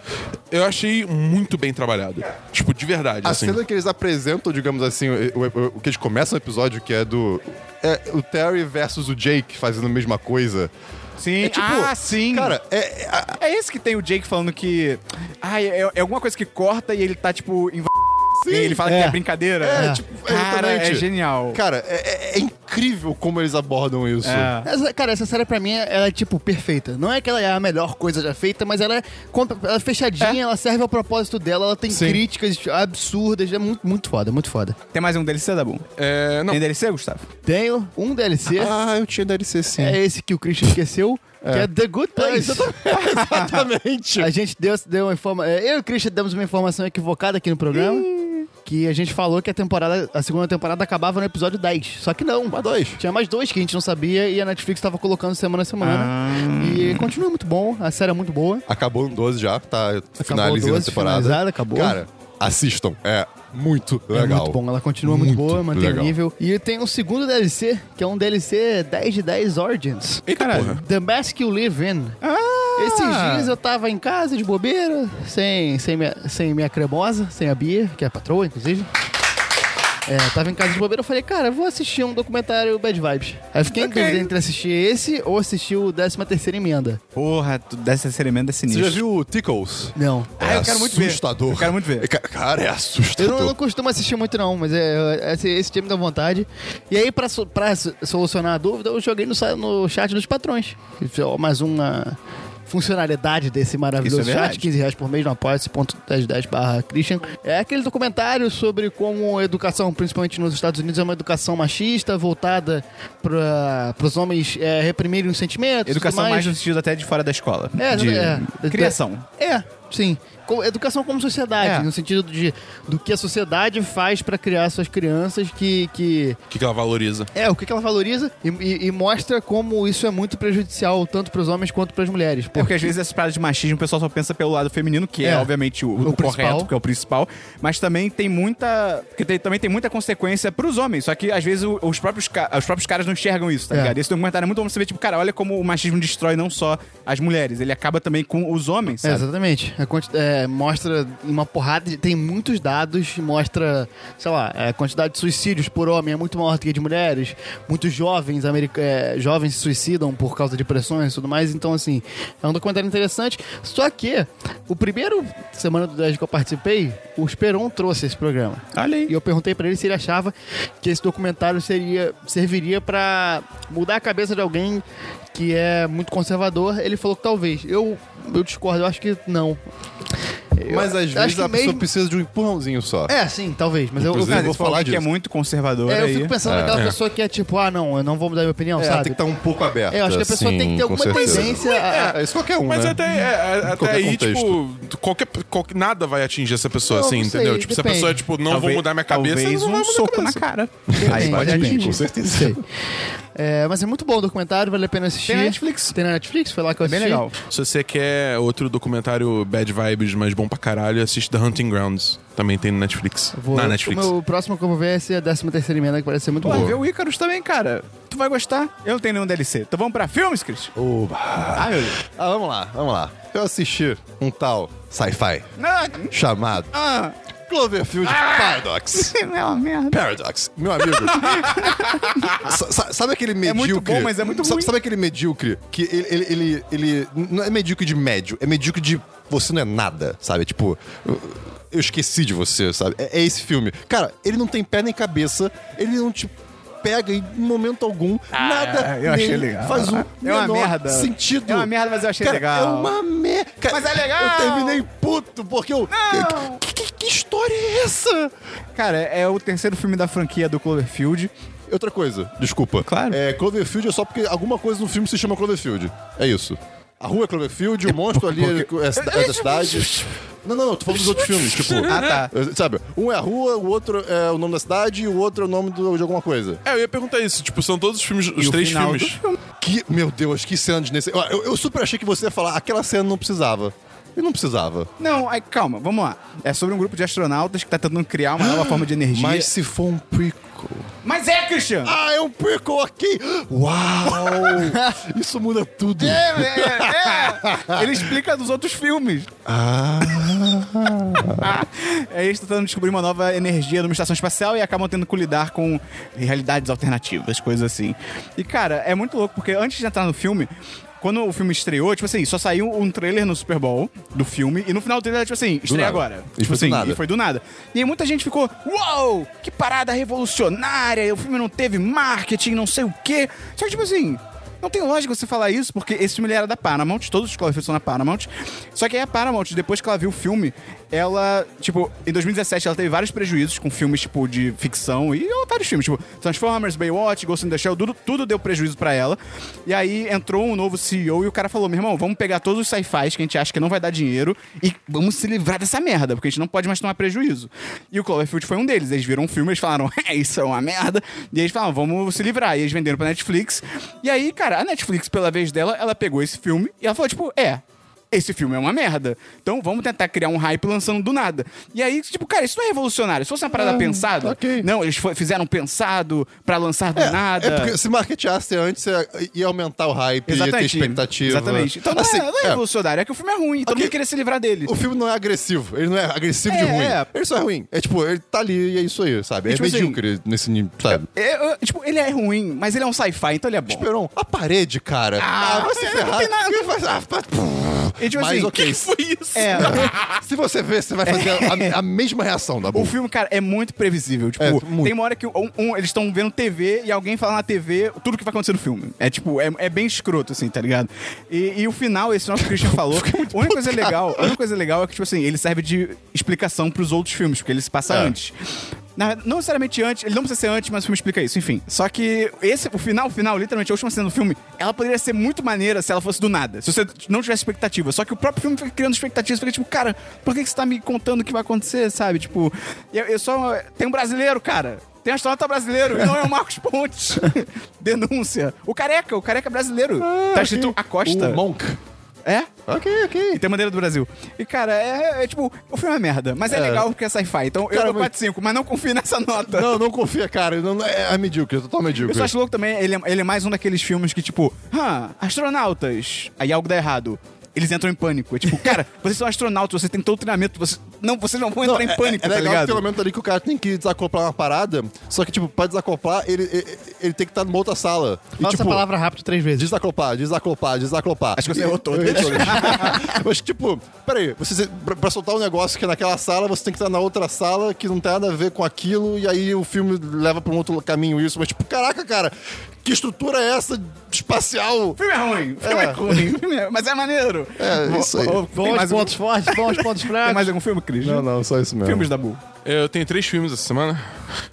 Speaker 2: eu achei muito bem trabalhado. Tipo, de verdade.
Speaker 4: A
Speaker 2: assim.
Speaker 4: cena que eles apresentam, digamos assim, o, o- o que eles começam o episódio, que é do... é o Terry versus o Jake fazendo a mesma coisa.
Speaker 1: Sim,
Speaker 4: É tipo,
Speaker 1: ah, sim.
Speaker 4: Cara, é, é- a-
Speaker 1: é esse que tem o Jake falando que. Ah, é, é alguma coisa que corta e ele tá, tipo, em.
Speaker 4: Sim.
Speaker 1: e ele fala que
Speaker 3: É.
Speaker 1: é brincadeira.
Speaker 4: é,
Speaker 1: É.
Speaker 4: tipo,
Speaker 1: cara, é
Speaker 4: exatamente.
Speaker 1: genial.
Speaker 4: Cara, é, é- é incrível como eles abordam isso.
Speaker 1: É.
Speaker 3: Essa- cara, essa série pra mim, ela é tipo perfeita. Não é que ela é a melhor coisa já feita, mas ela é, comp- ela é fechadinha, ela serve ao propósito dela, ela tem críticas absurdas, é muito, muito foda, muito foda.
Speaker 1: Tem mais um DLC, Dabu?
Speaker 2: É, não,
Speaker 1: Tem DLC, Gustavo?
Speaker 3: Tenho um DLC,
Speaker 4: Ah, eu tinha DLC sim.
Speaker 3: é esse que o Christian esqueceu, que é The Good
Speaker 4: É,
Speaker 3: Place.
Speaker 4: exatamente. [laughs] exatamente.
Speaker 3: A gente deu, deu uma informação. Eu e o Christian demos uma informação equivocada aqui no programa. Que a gente falou que a temporada, a segunda temporada acabava no episódio 10. Só que não.
Speaker 4: Mas dois.
Speaker 3: Tinha mais dois que a gente não sabia e a Netflix tava colocando semana a semana.
Speaker 4: Ah.
Speaker 3: E continua muito bom, a série é muito boa.
Speaker 4: Acabou no 12 já, tá finalizando
Speaker 3: o 12,
Speaker 4: a temporada.
Speaker 3: finalizada, acabou.
Speaker 4: Cara, Assistam. É muito
Speaker 3: É
Speaker 4: legal.
Speaker 3: muito bom, ela continua muito,
Speaker 4: Muito
Speaker 3: boa, mantém o
Speaker 4: legal.
Speaker 3: nível. E tem um segundo DLC, que é um DLC 10 de 10 Origins.
Speaker 2: Eita
Speaker 1: Caralho.
Speaker 2: porra.
Speaker 3: The Mask You Live In.
Speaker 4: Ah!
Speaker 3: Esses dias eu tava em casa de bobeira, sem, sem, minha, sem minha cremosa, sem a Bia, que é a patroa, inclusive. É, tava em casa de bobeira, eu falei, cara, eu vou assistir um documentário Bad Vibes. Aí fiquei
Speaker 1: Ok.
Speaker 3: em dúvida entre assistir esse ou assistir o 13 terceira emenda.
Speaker 1: Porra, tu- dessa cerimônia é
Speaker 4: Você
Speaker 1: sinistra.
Speaker 4: já viu o Tickles?
Speaker 3: Não.
Speaker 1: Ah, eu quero muito ver.
Speaker 4: É assustador.
Speaker 1: Eu quero muito ver.
Speaker 4: É, ca- Cara, é
Speaker 3: Eu
Speaker 4: assustador.
Speaker 3: não, eu não costumo assistir muito, não, mas é, esse, esse time dá vontade. E aí, pra, so- pra so- solucionar a dúvida, eu joguei no, sa- no chat dos patrões. Isso é Mais uma funcionalidade desse maravilhoso
Speaker 1: Isso é
Speaker 3: chat,
Speaker 1: verdade.
Speaker 3: 15 reais por mês no apoia.1010 barra Christian. É aquele documentário sobre como a educação, principalmente nos Estados Unidos, é uma educação machista, voltada para os homens é, reprimirem os sentimentos. e tudo
Speaker 1: Educação mais no sentido até de fora da escola.
Speaker 3: É,
Speaker 1: de
Speaker 3: é.
Speaker 1: criação.
Speaker 3: é, sim. Co- Educação como sociedade,
Speaker 1: É.
Speaker 3: no sentido de, do que a sociedade faz pra criar suas crianças, que, que
Speaker 2: O que, que ela valoriza?
Speaker 3: é o que, que ela valoriza e, e- e mostra como isso é muito prejudicial tanto pros homens quanto pras mulheres.
Speaker 1: É porque às vezes essas paradas de machismo o pessoal só pensa pelo lado feminino, que é,
Speaker 3: É.
Speaker 1: obviamente o,
Speaker 3: O
Speaker 1: o correto,
Speaker 3: principal.
Speaker 1: que é o principal, mas também tem muita. Porque tem- também tem muita consequência pros homens. Só que às vezes o- os, próprios, ca- os próprios caras não enxergam isso, tá
Speaker 3: É.
Speaker 1: ligado? Esse documentário é muito bom pra você ver, tipo, cara, olha como o machismo destrói não só as mulheres, ele acaba também com os homens,
Speaker 3: É,
Speaker 1: sabe?
Speaker 3: exatamente. É quanti- é, mostra uma porrada, de- tem muitos dados, mostra, sei lá, é, a quantidade de suicídios por homem é muito maior do que de mulheres. Muitos jovens america- é, jovens se suicidam por causa de pressões e tudo mais. Então, assim, é um documentário interessante. Só que, o primeiro semana do 10 que eu participei, o Esperon trouxe esse programa.
Speaker 1: Olha aí.
Speaker 3: E eu perguntei pra ele se ele achava que esse documentário seria serviria pra mudar a cabeça de alguém que é muito conservador. Ele falou que talvez. Eu eu discordo, eu acho que não. Eu
Speaker 4: Mas às vezes
Speaker 3: acho que
Speaker 4: a pessoa
Speaker 3: mesmo-
Speaker 4: precisa de um empurrãozinho só.
Speaker 3: É, sim, talvez, mas eu, eu,
Speaker 4: Inclusive,
Speaker 1: Cara,
Speaker 4: vou
Speaker 1: você falou
Speaker 4: falar
Speaker 1: que é
Speaker 4: disso.
Speaker 1: muito conservador
Speaker 3: é, eu
Speaker 1: aí.
Speaker 3: fico pensando naquela pessoa que é tipo, ah, não, eu não vou mudar minha opinião,
Speaker 4: É, tem
Speaker 3: sabe?
Speaker 4: que estar um pouco aberto.
Speaker 3: É, eu acho que a pessoa tem que ter alguma tendência a- a-
Speaker 4: É, isso qualquer um,
Speaker 2: Mas
Speaker 4: né?
Speaker 2: até, é, é, até
Speaker 4: Qualquer
Speaker 2: aí,
Speaker 4: contexto.
Speaker 2: tipo, qualquer, qualquer- nada vai atingir essa pessoa,
Speaker 3: Não,
Speaker 2: assim,
Speaker 3: não sei,
Speaker 2: entendeu? Tipo, se a
Speaker 3: depende.
Speaker 2: pessoa é, tipo, não vou mudar minha cabeça,
Speaker 1: Talvez
Speaker 2: não vai
Speaker 1: um
Speaker 2: mudar a
Speaker 1: soco na
Speaker 2: cabeça.
Speaker 1: cara.
Speaker 3: Depende,
Speaker 1: Aí pode
Speaker 3: depende.
Speaker 1: atingir.
Speaker 4: Com certeza.
Speaker 2: [laughs]
Speaker 3: Sei. É, mas é muito bom o documentário, vale a pena assistir.
Speaker 1: Tem na Netflix.
Speaker 3: Tem na Netflix, foi lá que eu
Speaker 1: É bem
Speaker 3: assisti.
Speaker 1: legal.
Speaker 2: Se você quer outro documentário bad vibes, mas bom pra caralho, assiste The Hunting Grounds. Também tem no Netflix.
Speaker 3: Vou-
Speaker 2: na Netflix.
Speaker 3: O meu próximo que eu vou ver é esse, a 13 terceira emenda, que parece ser muito
Speaker 1: Pô,
Speaker 3: bom.
Speaker 1: vê o Ícaros também, cara. Tu vai gostar. Eu não tenho nenhum DLC. Então vamos pra filmes, Cris? Ah, meu Deus.
Speaker 4: Ah, vamos lá, vamos lá. Eu assisti um tal sci-fi
Speaker 1: Ah,
Speaker 4: chamado
Speaker 1: ah,
Speaker 4: Cloverfield
Speaker 2: Ah!
Speaker 1: [laughs]
Speaker 4: Paradox.
Speaker 1: é uma merda.
Speaker 4: Paradox,
Speaker 1: [laughs]
Speaker 4: meu amigo. Sa- sa- sabe aquele medíocre?
Speaker 1: muito bom, mas é muito
Speaker 4: Sa-
Speaker 1: ruim.
Speaker 4: Sabe aquele medíocre que ele, ele, ele, ele não é medíocre de médio, é medíocre de você não é nada, sabe? Tipo, eu- eu esqueci de você, sabe? É, é esse filme. Cara, ele não tem pé nem cabeça, ele não te pega em momento algum, nada.
Speaker 1: Ah, eu achei
Speaker 4: nele
Speaker 1: legal.
Speaker 4: Faz um
Speaker 1: É uma
Speaker 4: menor
Speaker 1: merda.
Speaker 4: sentido.
Speaker 1: É uma merda, mas eu achei
Speaker 4: Cara,
Speaker 1: legal.
Speaker 4: É uma merda.
Speaker 1: Mas é legal.
Speaker 4: Eu terminei puto, porque eu.
Speaker 1: Não.
Speaker 4: Que, que- que história é essa?
Speaker 1: Cara, é o terceiro filme da franquia do Cloverfield.
Speaker 4: Outra coisa, desculpa.
Speaker 1: Claro.
Speaker 4: É, Cloverfield é só porque alguma coisa no filme se chama Cloverfield. É isso. A rua é Cloverfield, o monstro ali é, é, cida- é da [laughs] cidade. Não, não, não, tô falando dos outros filmes, [laughs] tipo.
Speaker 1: Ah, tá.
Speaker 4: é, Sabe, um é a rua, o outro é o nome da cidade e o outro é o nome do- de alguma coisa.
Speaker 2: É, eu ia perguntar isso. Tipo, são todos os filmes, os
Speaker 1: E o
Speaker 2: três
Speaker 1: final do
Speaker 2: filmes.
Speaker 1: filme.
Speaker 4: Que, meu Deus, que cena desnecessária. Eu, eu super achei que você ia falar, aquela cena não precisava. E não precisava.
Speaker 1: Não, aí, calma, vamos lá. É sobre um grupo de astronautas que tá tentando criar uma nova forma de [gasps] energia.
Speaker 4: Mas se for um prequel.
Speaker 1: Mas é, Christian!
Speaker 4: Ah, é um prequel aqui! Uau! [laughs] Isso muda tudo.
Speaker 1: É, é, é. [laughs] Ele explica dos outros filmes. Ah. [laughs] É, eles tentando descobrir uma nova energia numa estação espacial e acabam tendo que lidar com realidades alternativas, coisas assim. E, cara, é muito louco, porque antes de entrar no filme. Quando o filme estreou, tipo assim, só saiu um trailer no Super Bowl do filme, e no final do trailer era tipo assim, estreia
Speaker 4: nada.
Speaker 1: agora.
Speaker 4: E
Speaker 1: tipo
Speaker 4: foi do
Speaker 1: assim,
Speaker 4: nada.
Speaker 1: e foi do nada. E aí muita gente ficou, uau, que parada revolucionária, o filme não teve marketing, não sei o quê. Só que, tipo assim, não tem lógica você falar isso, porque esse filme ele era da Paramount, todos os Cloverfield são na Paramount. Só que aí a Paramount, depois que ela viu o filme, ela, tipo, em 2017 ela teve vários prejuízos com filmes, tipo, de ficção e vários filmes, tipo, Transformers, Baywatch, Ghost in the Shell, tudo, tudo deu prejuízo pra ela. E aí entrou um novo CEO e o cara falou, meu irmão, vamos pegar todos os sci-fis que a gente acha que não vai dar dinheiro e vamos se livrar dessa merda, porque a gente não pode mais tomar prejuízo. E o Cloverfield foi um deles. Eles viram um filme, eles falaram, [laughs] é, isso é uma merda. E eles falaram, vamos se livrar. E eles venderam pra Netflix. E aí, cara, a Netflix, pela vez dela, ela pegou esse filme e ela falou, tipo, é, esse filme é uma merda. Então vamos tentar criar um hype lançando do nada. E aí, tipo, cara, isso não é revolucionário. Se fosse uma parada pensada.
Speaker 4: Ah, ok.
Speaker 1: Não, eles fo- fizeram pensado pra lançar do
Speaker 4: É,
Speaker 1: nada.
Speaker 4: É porque se marketeasse antes, ia- ia aumentar o hype, ia ter
Speaker 1: Exatamente.
Speaker 4: expectativa.
Speaker 1: Exatamente. Então não,
Speaker 4: Assim,
Speaker 1: é, não é
Speaker 4: é,
Speaker 1: revolucionário, é que o filme é ruim. Todo
Speaker 4: Ok.
Speaker 1: mundo queria se livrar dele.
Speaker 4: O filme não é agressivo, ele não é agressivo de
Speaker 1: É,
Speaker 4: ruim.
Speaker 1: é.
Speaker 4: Ele só é ruim. É tipo, ele tá ali e é isso aí, sabe?
Speaker 1: E,
Speaker 4: é
Speaker 1: tipo assim,
Speaker 4: medíocre nesse nível, sabe?
Speaker 1: É, eu- tipo, ele é ruim, mas ele é um sci-fi, então ele é bom.
Speaker 4: Esperon, a parede, cara.
Speaker 1: Ah,
Speaker 4: vai
Speaker 1: é,
Speaker 4: se
Speaker 1: não
Speaker 4: ferrar.
Speaker 1: tem nada.
Speaker 4: Ele faz- ah, faz-
Speaker 1: E, tipo
Speaker 4: Mas
Speaker 1: assim,
Speaker 4: ok.
Speaker 2: Que [laughs] foi isso?
Speaker 1: É,
Speaker 4: Se você ver, você vai fazer a, a mesma reação tá
Speaker 1: [laughs]
Speaker 4: da
Speaker 1: o
Speaker 4: boa.
Speaker 1: filme, cara, é muito previsível. Tipo,
Speaker 4: É, muito.
Speaker 1: tem uma hora que um- um- eles estão vendo TV e alguém fala na TV tudo que vai acontecer no filme. É tipo, é, é bem escroto, assim, tá ligado? E, e o final, esse nosso
Speaker 4: [laughs]
Speaker 1: Christian falou, a única coisa legal, a única coisa legal é que, tipo assim, ele serve de explicação pros outros filmes, porque ele se passa
Speaker 4: É.
Speaker 1: antes. Na verdade, não necessariamente antes, ele não precisa ser antes, mas o filme explica isso, enfim. Só que esse, o final, o final, literalmente, a última cena do filme, ela poderia ser muito maneira se ela fosse do nada. Se você não tivesse expectativa. Só que o próprio filme fica criando expectativas, fica tipo, cara, por que que você tá me contando o que vai acontecer, sabe? Tipo, eu, eu só. Tem um brasileiro, cara. Tem um astronauta brasileiro e não é o Marcos [laughs] Pontes. Denúncia. O careca, o careca é brasileiro. tá escrito
Speaker 4: ok.
Speaker 1: Acosta.
Speaker 4: Ah, O Monk.
Speaker 1: É?
Speaker 4: Ok, ok.
Speaker 1: Tem bandeira do Brasil. E, cara, é, é tipo, o filme é uma merda, mas é,
Speaker 4: É.
Speaker 1: legal porque é sci-fi. Então
Speaker 4: Cara,
Speaker 1: eu
Speaker 4: mas-
Speaker 1: dou 4-5, mas não confio nessa nota.
Speaker 4: Não, não confia, cara. Não, não- é, é medíocre, é total medíocre.
Speaker 1: Eu só acho louco também, ele é, ele é mais um daqueles filmes que, tipo, ah, astronautas, aí algo dá errado. Eles entram em pânico. É tipo, cara, [laughs] vocês são astronautas, você tem todo o treinamento, você... não, vocês não vão entrar
Speaker 4: Não,
Speaker 1: em pânico,
Speaker 4: é, é
Speaker 1: tá
Speaker 4: legal que tem um
Speaker 1: ligado?
Speaker 4: momento ali que o cara tem que desacoplar uma parada, só que, tipo, pra desacoplar, ele, ele, ele tem que estar numa outra sala. E,
Speaker 3: Fala
Speaker 4: tipo,
Speaker 3: essa palavra rápido três vezes.
Speaker 4: Desacoplar, desacoplar, desacoplar.
Speaker 1: Acho que você
Speaker 4: E-
Speaker 1: errou todas.
Speaker 4: [laughs] Eu errei Mas, tipo, peraí, você, pra, pra soltar um negócio que é naquela sala, você tem que estar na outra sala que não tem nada a ver com aquilo, e aí o filme leva pra um outro caminho isso. Mas, tipo, caraca, cara, que estrutura é essa espacial?
Speaker 1: O filme é ruim, o filme é, ruim, o filme é- mas é maneiro.
Speaker 4: É, isso aí.
Speaker 1: Ô, ô, Tem
Speaker 3: Bons
Speaker 1: mais, algum,
Speaker 3: pontos fortes, [laughs] bons pontos
Speaker 1: tem
Speaker 3: fracos.
Speaker 1: mais algum filme, Cris?
Speaker 4: não, só isso mesmo.
Speaker 1: Filmes da Bull.
Speaker 2: Eu tenho três filmes essa semana.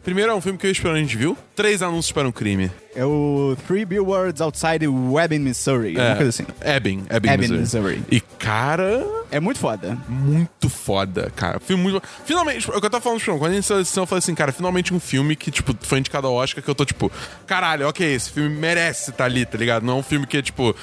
Speaker 2: Primeiro é um filme que eu espero a gente viu. Três anúncios para um crime.
Speaker 1: É o Three Billboards Outside Webbing, Missouri,
Speaker 4: É.
Speaker 1: alguma coisa assim.
Speaker 2: Eben, Eben,
Speaker 1: Eben,
Speaker 2: É, Missouri.
Speaker 1: Missouri.
Speaker 2: E cara,
Speaker 1: É muito foda.
Speaker 2: muito foda, cara. Filme muito. Finalmente, tipo, é o que eu tava falando, tipo, quando a gente selecionou, eu falei assim, cara, finalmente um filme que, tipo, foi indicado ao Oscar que eu tô, tipo, caralho, ok, esse filme merece estar ali, tá ligado? Não é um filme que é, tipo,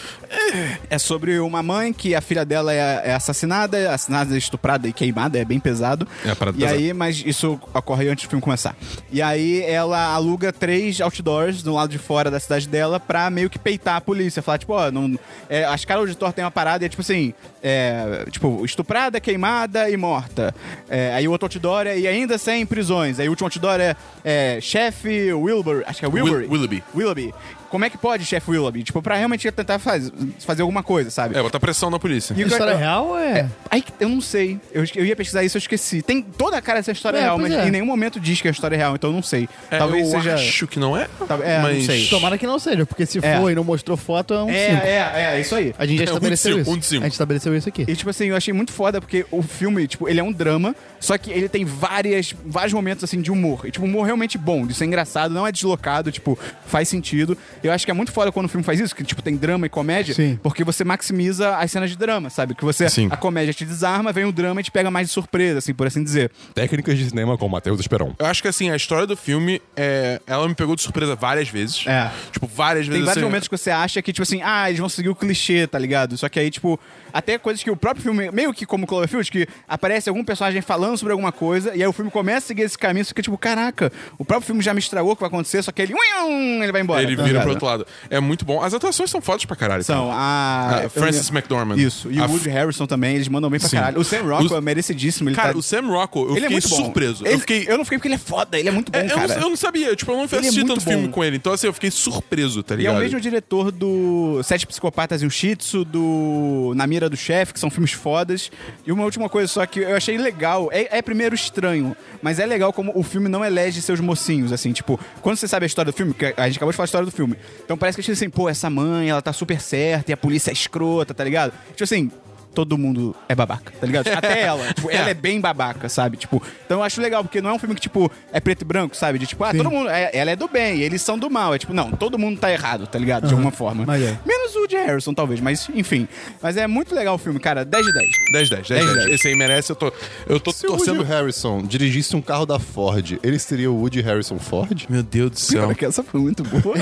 Speaker 1: É sobre uma mãe que a filha dela é, é assassinada, é assassinada, estuprada e queimada, é bem pesado.
Speaker 2: É, a parada
Speaker 1: E
Speaker 2: pesada.
Speaker 1: aí, mas isso ocorre antes do filme começar. E aí ela aluga três outdoors do lado de fora da cidade dela pra meio que peitar a polícia. Falar, tipo, ó, não, é, as caras de Thor tem uma parada e é tipo assim, é, tipo, estuprada, queimada e morta. É, aí o outro outdoor é e ainda sem prisões. Aí o último outdoor é, é chefe Wilbur, acho que é Wilbur.
Speaker 2: Wil- Willoughby.
Speaker 1: Willoughby. Como é que pode, chefe Willoughby? Tipo, pra realmente tentar faz- fazer alguma coisa, sabe?
Speaker 2: é, botar pressão na
Speaker 1: E
Speaker 2: polícia.
Speaker 1: o que eu-
Speaker 3: História real é...
Speaker 1: Aí que- eu não sei. Eu, esque- eu ia pesquisar isso, eu esqueci. Tem toda a cara dessa história
Speaker 3: É,
Speaker 1: real, mas
Speaker 3: pois é.
Speaker 1: em nenhum momento diz que é a história real, então eu não sei.
Speaker 2: É,
Speaker 1: Talvez
Speaker 2: eu
Speaker 1: seja.
Speaker 2: acho que não é,
Speaker 1: Tá- é, não
Speaker 2: mas...
Speaker 1: sei.
Speaker 3: Tomara que não seja, porque se
Speaker 1: É.
Speaker 3: for e não mostrou foto, é um
Speaker 1: É,
Speaker 3: cinco.
Speaker 1: é, é, isso aí.
Speaker 3: A gente
Speaker 2: É
Speaker 3: já
Speaker 2: um de
Speaker 3: estabeleceu
Speaker 2: cinco,
Speaker 3: isso.
Speaker 2: um de cinco.
Speaker 3: A gente estabeleceu isso aqui.
Speaker 1: E, tipo assim, eu achei muito foda, porque o filme, tipo, ele é um drama, só que ele tem várias, vários momentos, assim, de humor. E, tipo, humor realmente bom, de ser engraçado, não é deslocado, tipo, faz sentido. Eu acho que é muito foda quando o filme faz isso, que, tipo, tem drama e comédia,
Speaker 3: Sim.
Speaker 1: porque você maximiza as cenas de drama, sabe? Que você,
Speaker 2: Sim.
Speaker 1: a comédia te desarma, vem o drama e te pega mais de surpresa, assim, por assim dizer.
Speaker 4: Técnicas de cinema com Matheus Esperon.
Speaker 2: Eu acho que assim, a história do filme, é... ela me pegou de surpresa várias vezes.
Speaker 1: É.
Speaker 2: Tipo, várias
Speaker 1: Tem
Speaker 2: vezes.
Speaker 1: vários
Speaker 2: assim,
Speaker 1: momentos que você acha que, tipo assim, ah, eles vão seguir o clichê, tá ligado? Só que aí, tipo, até coisas que o próprio filme, meio que como Cloverfield, que aparece algum personagem falando sobre alguma coisa, e aí o filme começa a seguir esse caminho, você fica tipo, caraca, o próprio filme já me estragou o que vai acontecer, só que ele, uium, ele vai embora.
Speaker 2: Ele
Speaker 1: tá
Speaker 2: vira
Speaker 1: ligado?
Speaker 2: pro outro lado. É muito bom. As atuações são fodas pra caralho.
Speaker 1: São
Speaker 2: cara.
Speaker 1: a...
Speaker 2: Ah, Francis McDormand.
Speaker 1: Isso, e
Speaker 2: A
Speaker 1: o Woody Harrison também, eles mandam bem pra
Speaker 2: Sim.
Speaker 1: caralho. O Sam Rockwell
Speaker 2: O-
Speaker 1: é merecidíssimo, ele
Speaker 2: Cara,
Speaker 1: tá...
Speaker 2: o Sam Rockwell, eu
Speaker 1: Ele é
Speaker 2: fiquei
Speaker 1: muito bom.
Speaker 2: surpreso.
Speaker 1: Ele-
Speaker 2: Eu fiquei.
Speaker 1: eu não fiquei porque ele é foda, ele é muito bom,
Speaker 2: É, eu,
Speaker 1: cara.
Speaker 2: não, eu não sabia, tipo, eu não fui
Speaker 1: Ele é
Speaker 2: assistir
Speaker 1: muito
Speaker 2: tanto filme
Speaker 1: bom.
Speaker 2: com ele. Então, assim, eu fiquei surpreso, tá
Speaker 1: E é
Speaker 2: ligado?
Speaker 1: o mesmo diretor do Sete Psicopatas e um Shih Tzu, do Na Mira do Chefe, que são filmes fodas. E uma última coisa só que eu achei legal, é, é primeiro estranho, mas é legal como o filme não elege seus mocinhos, assim, tipo, quando você sabe a história do filme, que a gente acabou de falar a história do filme, então parece que a gente assim, pô, essa mãe, ela tá super certa e a polícia é escrota, tá ligado? Tipo assim... Todo mundo é babaca, tá ligado? Até ela. Tipo, ela é bem babaca, sabe? Tipo, então eu acho legal, porque não é um filme que, tipo, é preto e branco, sabe? De tipo, ah, todo mundo. é- ela é do bem, eles são do mal. É tipo, não, todo mundo tá errado, tá ligado? De alguma forma.
Speaker 3: mas é.
Speaker 1: Menos o de Harrison, talvez, mas enfim. Mas é muito legal o filme, cara. 10 de 10.
Speaker 2: 10, 10, 10, 10.
Speaker 1: 10.
Speaker 2: Esse aí merece, eu tô. Eu tô
Speaker 4: Se o Woody
Speaker 2: torcendo.
Speaker 4: Harrison dirigisse um carro da Ford, ele seria o Woody Harrison Ford?
Speaker 2: Meu Deus do céu.
Speaker 1: Cara, que essa foi muito boa.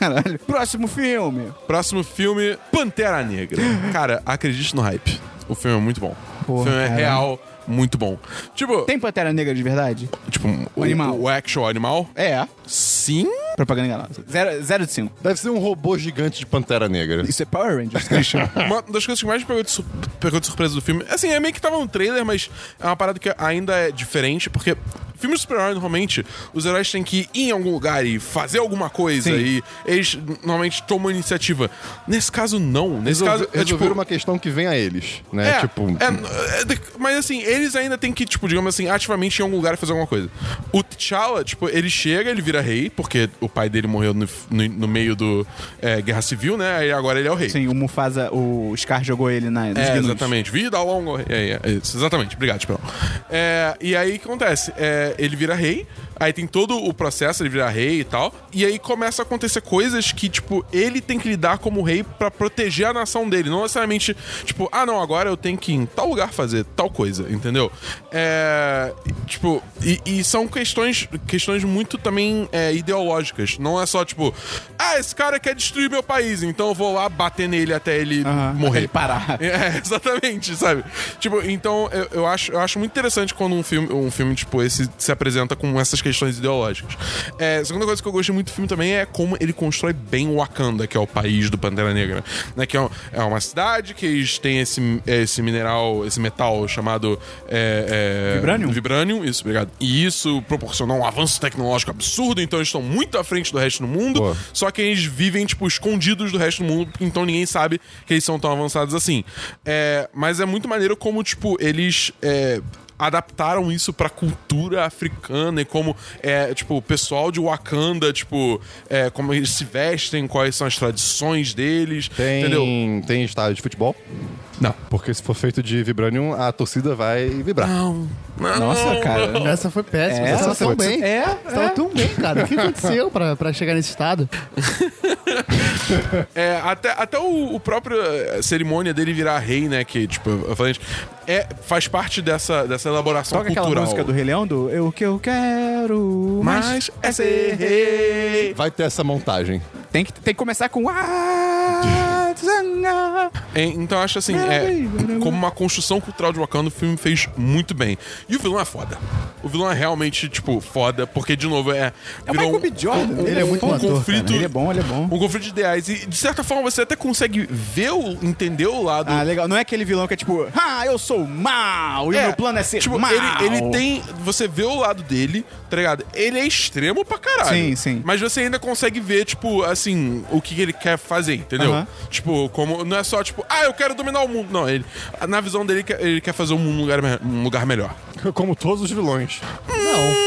Speaker 1: Caralho. Próximo filme. [gasps]
Speaker 2: Próximo filme, Pantera Negra. Cara, acredite no hype. O filme é muito bom. o filme é
Speaker 1: cara.
Speaker 2: real, muito bom. Tipo,
Speaker 1: Tem Pantera Negra de verdade?
Speaker 2: tipo o,
Speaker 1: Animal.
Speaker 2: o actual animal?
Speaker 1: É.
Speaker 2: Sim.
Speaker 1: Propaganda enganosa. Zero, zero de cinco.
Speaker 4: Deve ser um robô gigante de Pantera Negra.
Speaker 1: Isso é Power Rangers, Christian.
Speaker 2: Uma das coisas que mais me pegou de, sur- pegou de surpresa do filme, assim, é meio que tava no trailer, mas é uma parada que ainda é diferente, porque filmes de super-herói, normalmente, os heróis têm que ir em algum lugar e fazer alguma coisa,
Speaker 1: Sim.
Speaker 2: e eles normalmente tomam iniciativa. Nesse caso, não. Nesse
Speaker 4: Resolver,
Speaker 2: caso, é
Speaker 4: resolver
Speaker 2: tipo...
Speaker 4: uma questão que vem a eles, né?
Speaker 2: É,
Speaker 4: tipo,
Speaker 2: é, é, de- mas assim, eles ainda têm que, tipo, digamos assim, ativamente ir em algum lugar e fazer alguma coisa. O T'Challa, tipo, ele chega, ele vira rei, porque o pai dele morreu no, no- no meio do é, Guerra Civil, né? Aí agora ele é o rei.
Speaker 1: Sim, o Mufasa, o Scar jogou ele na, nos
Speaker 2: É,
Speaker 1: gnumes.
Speaker 2: exatamente. Vida ao longo. É, é, isso, exatamente. Obrigado, Esperão. É, e aí o que acontece? É, ele vira rei, aí tem todo o processo, ele vira rei e tal. E aí começa a acontecer coisas que, tipo, ele tem que lidar como rei pra proteger a nação dele. Não necessariamente, tipo, ah, não, agora eu tenho que ir em tal lugar fazer tal coisa, entendeu? É, tipo, e, e são questões, questões muito também é, ideológicas. Não é só, tipo, ah, esse cara quer destruir meu país, então eu vou lá bater nele até ele
Speaker 1: Aham,
Speaker 2: morrer.
Speaker 1: até ele parar.
Speaker 2: [laughs] É, exatamente, sabe? Tipo, então eu, eu acho, eu acho muito interessante quando um filme, um filme tipo esse se apresenta com essas questões ideológicas. É, segunda coisa que eu gostei muito do filme também é como ele constrói bem o Wakanda, que é o país do Pantera Negra. Né? Que é, um- é uma cidade que eles têm esse, esse mineral, esse metal chamado. é, é,
Speaker 1: Vibranium?
Speaker 2: Vibranium, isso, obrigado. E isso proporcionou um avanço tecnológico absurdo, então eles estão muito à frente do resto do mundo.
Speaker 4: Boa.
Speaker 2: Só que eles vivem, tipo, escondidos do resto do mundo, então ninguém sabe que eles são tão avançados assim. É, mas é muito maneiro como, tipo, eles. é, adaptaram isso pra cultura africana e como é, tipo, o pessoal de Wakanda, tipo, é, como eles se vestem, quais são as tradições deles,
Speaker 4: tem,
Speaker 2: entendeu?
Speaker 4: tem estádio de futebol?
Speaker 2: Não.
Speaker 4: Porque se for feito de Vibranium, a torcida vai vibrar.
Speaker 2: Não. Não.
Speaker 1: Nossa, cara.
Speaker 3: Essa foi péssima.
Speaker 1: É,
Speaker 3: você tava
Speaker 1: essa
Speaker 4: foi-
Speaker 3: tão bem.
Speaker 1: É,
Speaker 3: Você tava
Speaker 1: é.
Speaker 3: tão bem, cara. O que aconteceu pra, pra chegar nesse estado?
Speaker 2: É, até, até o, o próprio eh, cerimônia dele virar rei, né? Que, tipo, eu falei, é, faz parte dessa, dessa elaboração
Speaker 1: Toca aquela
Speaker 2: cultural.
Speaker 1: música do Rei Leão do Eu que eu quero
Speaker 2: Mas é ser rei.
Speaker 4: Vai ter essa montagem.
Speaker 1: Tem que, tem que começar com Ah, Zanga.
Speaker 2: É, então eu acho assim, é, como uma construção cultural de Wakanda, o filme fez muito bem. E o vilão é foda. O vilão é realmente, tipo, foda, porque, de novo, é.
Speaker 1: É o
Speaker 2: virou um
Speaker 1: Michael B. Jordan.
Speaker 3: Ele é muito bom ator,
Speaker 2: conflito.
Speaker 1: Ele é bom, ele é bom.
Speaker 2: Um conflito de ideais. E, de certa forma, você até consegue ver, o, entender o lado
Speaker 1: Ah, legal. Não é aquele vilão que é tipo, ah, eu sou mal e o
Speaker 2: É,
Speaker 1: meu plano é ser
Speaker 2: tipo,
Speaker 1: mal.
Speaker 2: Ele, ele tem. Você vê o lado dele, tá ligado? Ele é extremo pra caralho.
Speaker 1: Sim, sim.
Speaker 2: Mas você ainda consegue ver, tipo, assim, o que ele quer fazer, entendeu?
Speaker 1: Aham.
Speaker 2: Tipo, como. Não é só, tipo, ah, eu quero dominar o mundo. Não, ele. Na visão dele, que- ele quer fazer um lugar, me- um lugar melhor.
Speaker 4: Como todos os vilões.
Speaker 3: Não.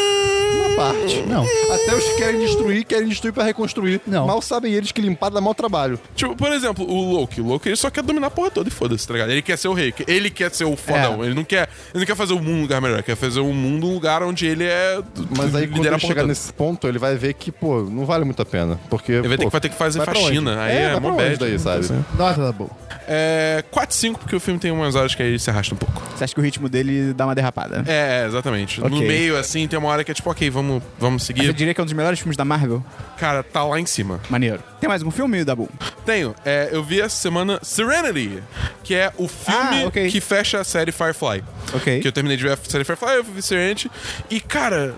Speaker 3: Uma parte. Não.
Speaker 4: Até os que querem destruir, querem destruir pra reconstruir.
Speaker 3: Não.
Speaker 4: Mal sabem eles que limpar dá mau trabalho.
Speaker 2: Tipo, por exemplo, o Loki. O Loki ele só quer dominar a porra toda e foda-se, tá ligado? Ele quer ser o rei. Ele quer
Speaker 1: É.
Speaker 2: ser o fodão. Ele não quer. Ele não quer fazer o mundo um lugar melhor. Ele quer fazer o mundo um lugar onde ele é.
Speaker 4: Mas aí, quando
Speaker 2: lidera
Speaker 4: ele
Speaker 2: a porra
Speaker 4: chegar
Speaker 2: toda.
Speaker 4: nesse ponto, ele vai ver que, pô, não vale muito a pena. Porque,
Speaker 2: Ele vai ter, que, vai ter que fazer faxina. Aí é,
Speaker 4: é, é
Speaker 2: mó
Speaker 4: mó
Speaker 2: bad.
Speaker 4: daí, sabe?
Speaker 3: Nota da boa.
Speaker 2: É. 4, 5, porque o filme tem umas horas que aí ele se arrasta um pouco.
Speaker 1: Você acha que o ritmo dele dá uma derrapada?
Speaker 2: É, é, exatamente. No
Speaker 1: Ok.
Speaker 2: meio, assim, tem uma hora que é tipo, ok, vamos, vamos
Speaker 1: Eu
Speaker 2: seguir.
Speaker 1: diria que é um dos melhores filmes da Marvel.
Speaker 2: Cara, tá lá em cima.
Speaker 1: Maneiro. Tem mais algum filme, Dabu?
Speaker 2: Tenho. É, eu vi essa semana Serenity, que é o filme
Speaker 1: Ah, ok.
Speaker 2: que fecha a série Firefly.
Speaker 1: Ok.
Speaker 2: Que eu terminei de ver a série Firefly, eu vi Serenity. E, cara,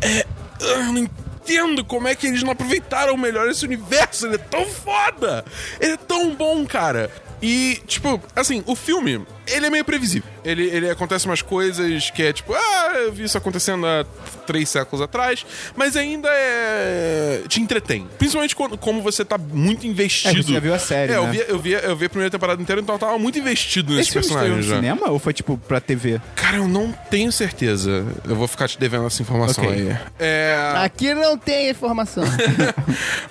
Speaker 2: é. Eu não entendo como é que eles não aproveitaram melhor esse universo. Ele é tão foda! Ele é tão bom, cara. E, tipo, assim, o filme, ele é meio previsível. Ele, ele acontece umas coisas que é tipo, ah, eu vi isso acontecendo há três séculos atrás, mas ainda é. te entretém. Principalmente quando, como você tá muito investido.
Speaker 1: É, você já viu a série,
Speaker 2: É, eu,
Speaker 1: né?
Speaker 2: vi, eu, vi, eu vi a primeira temporada inteira, então eu tava muito investido nesses
Speaker 1: Esse filme estreou no
Speaker 2: personagens já.
Speaker 1: cinema ou foi tipo pra TV?
Speaker 2: Cara, eu não tenho certeza. Eu vou ficar te devendo essa informação
Speaker 1: Ok.
Speaker 2: aí. É.
Speaker 3: Ah. Aqui não tem informação.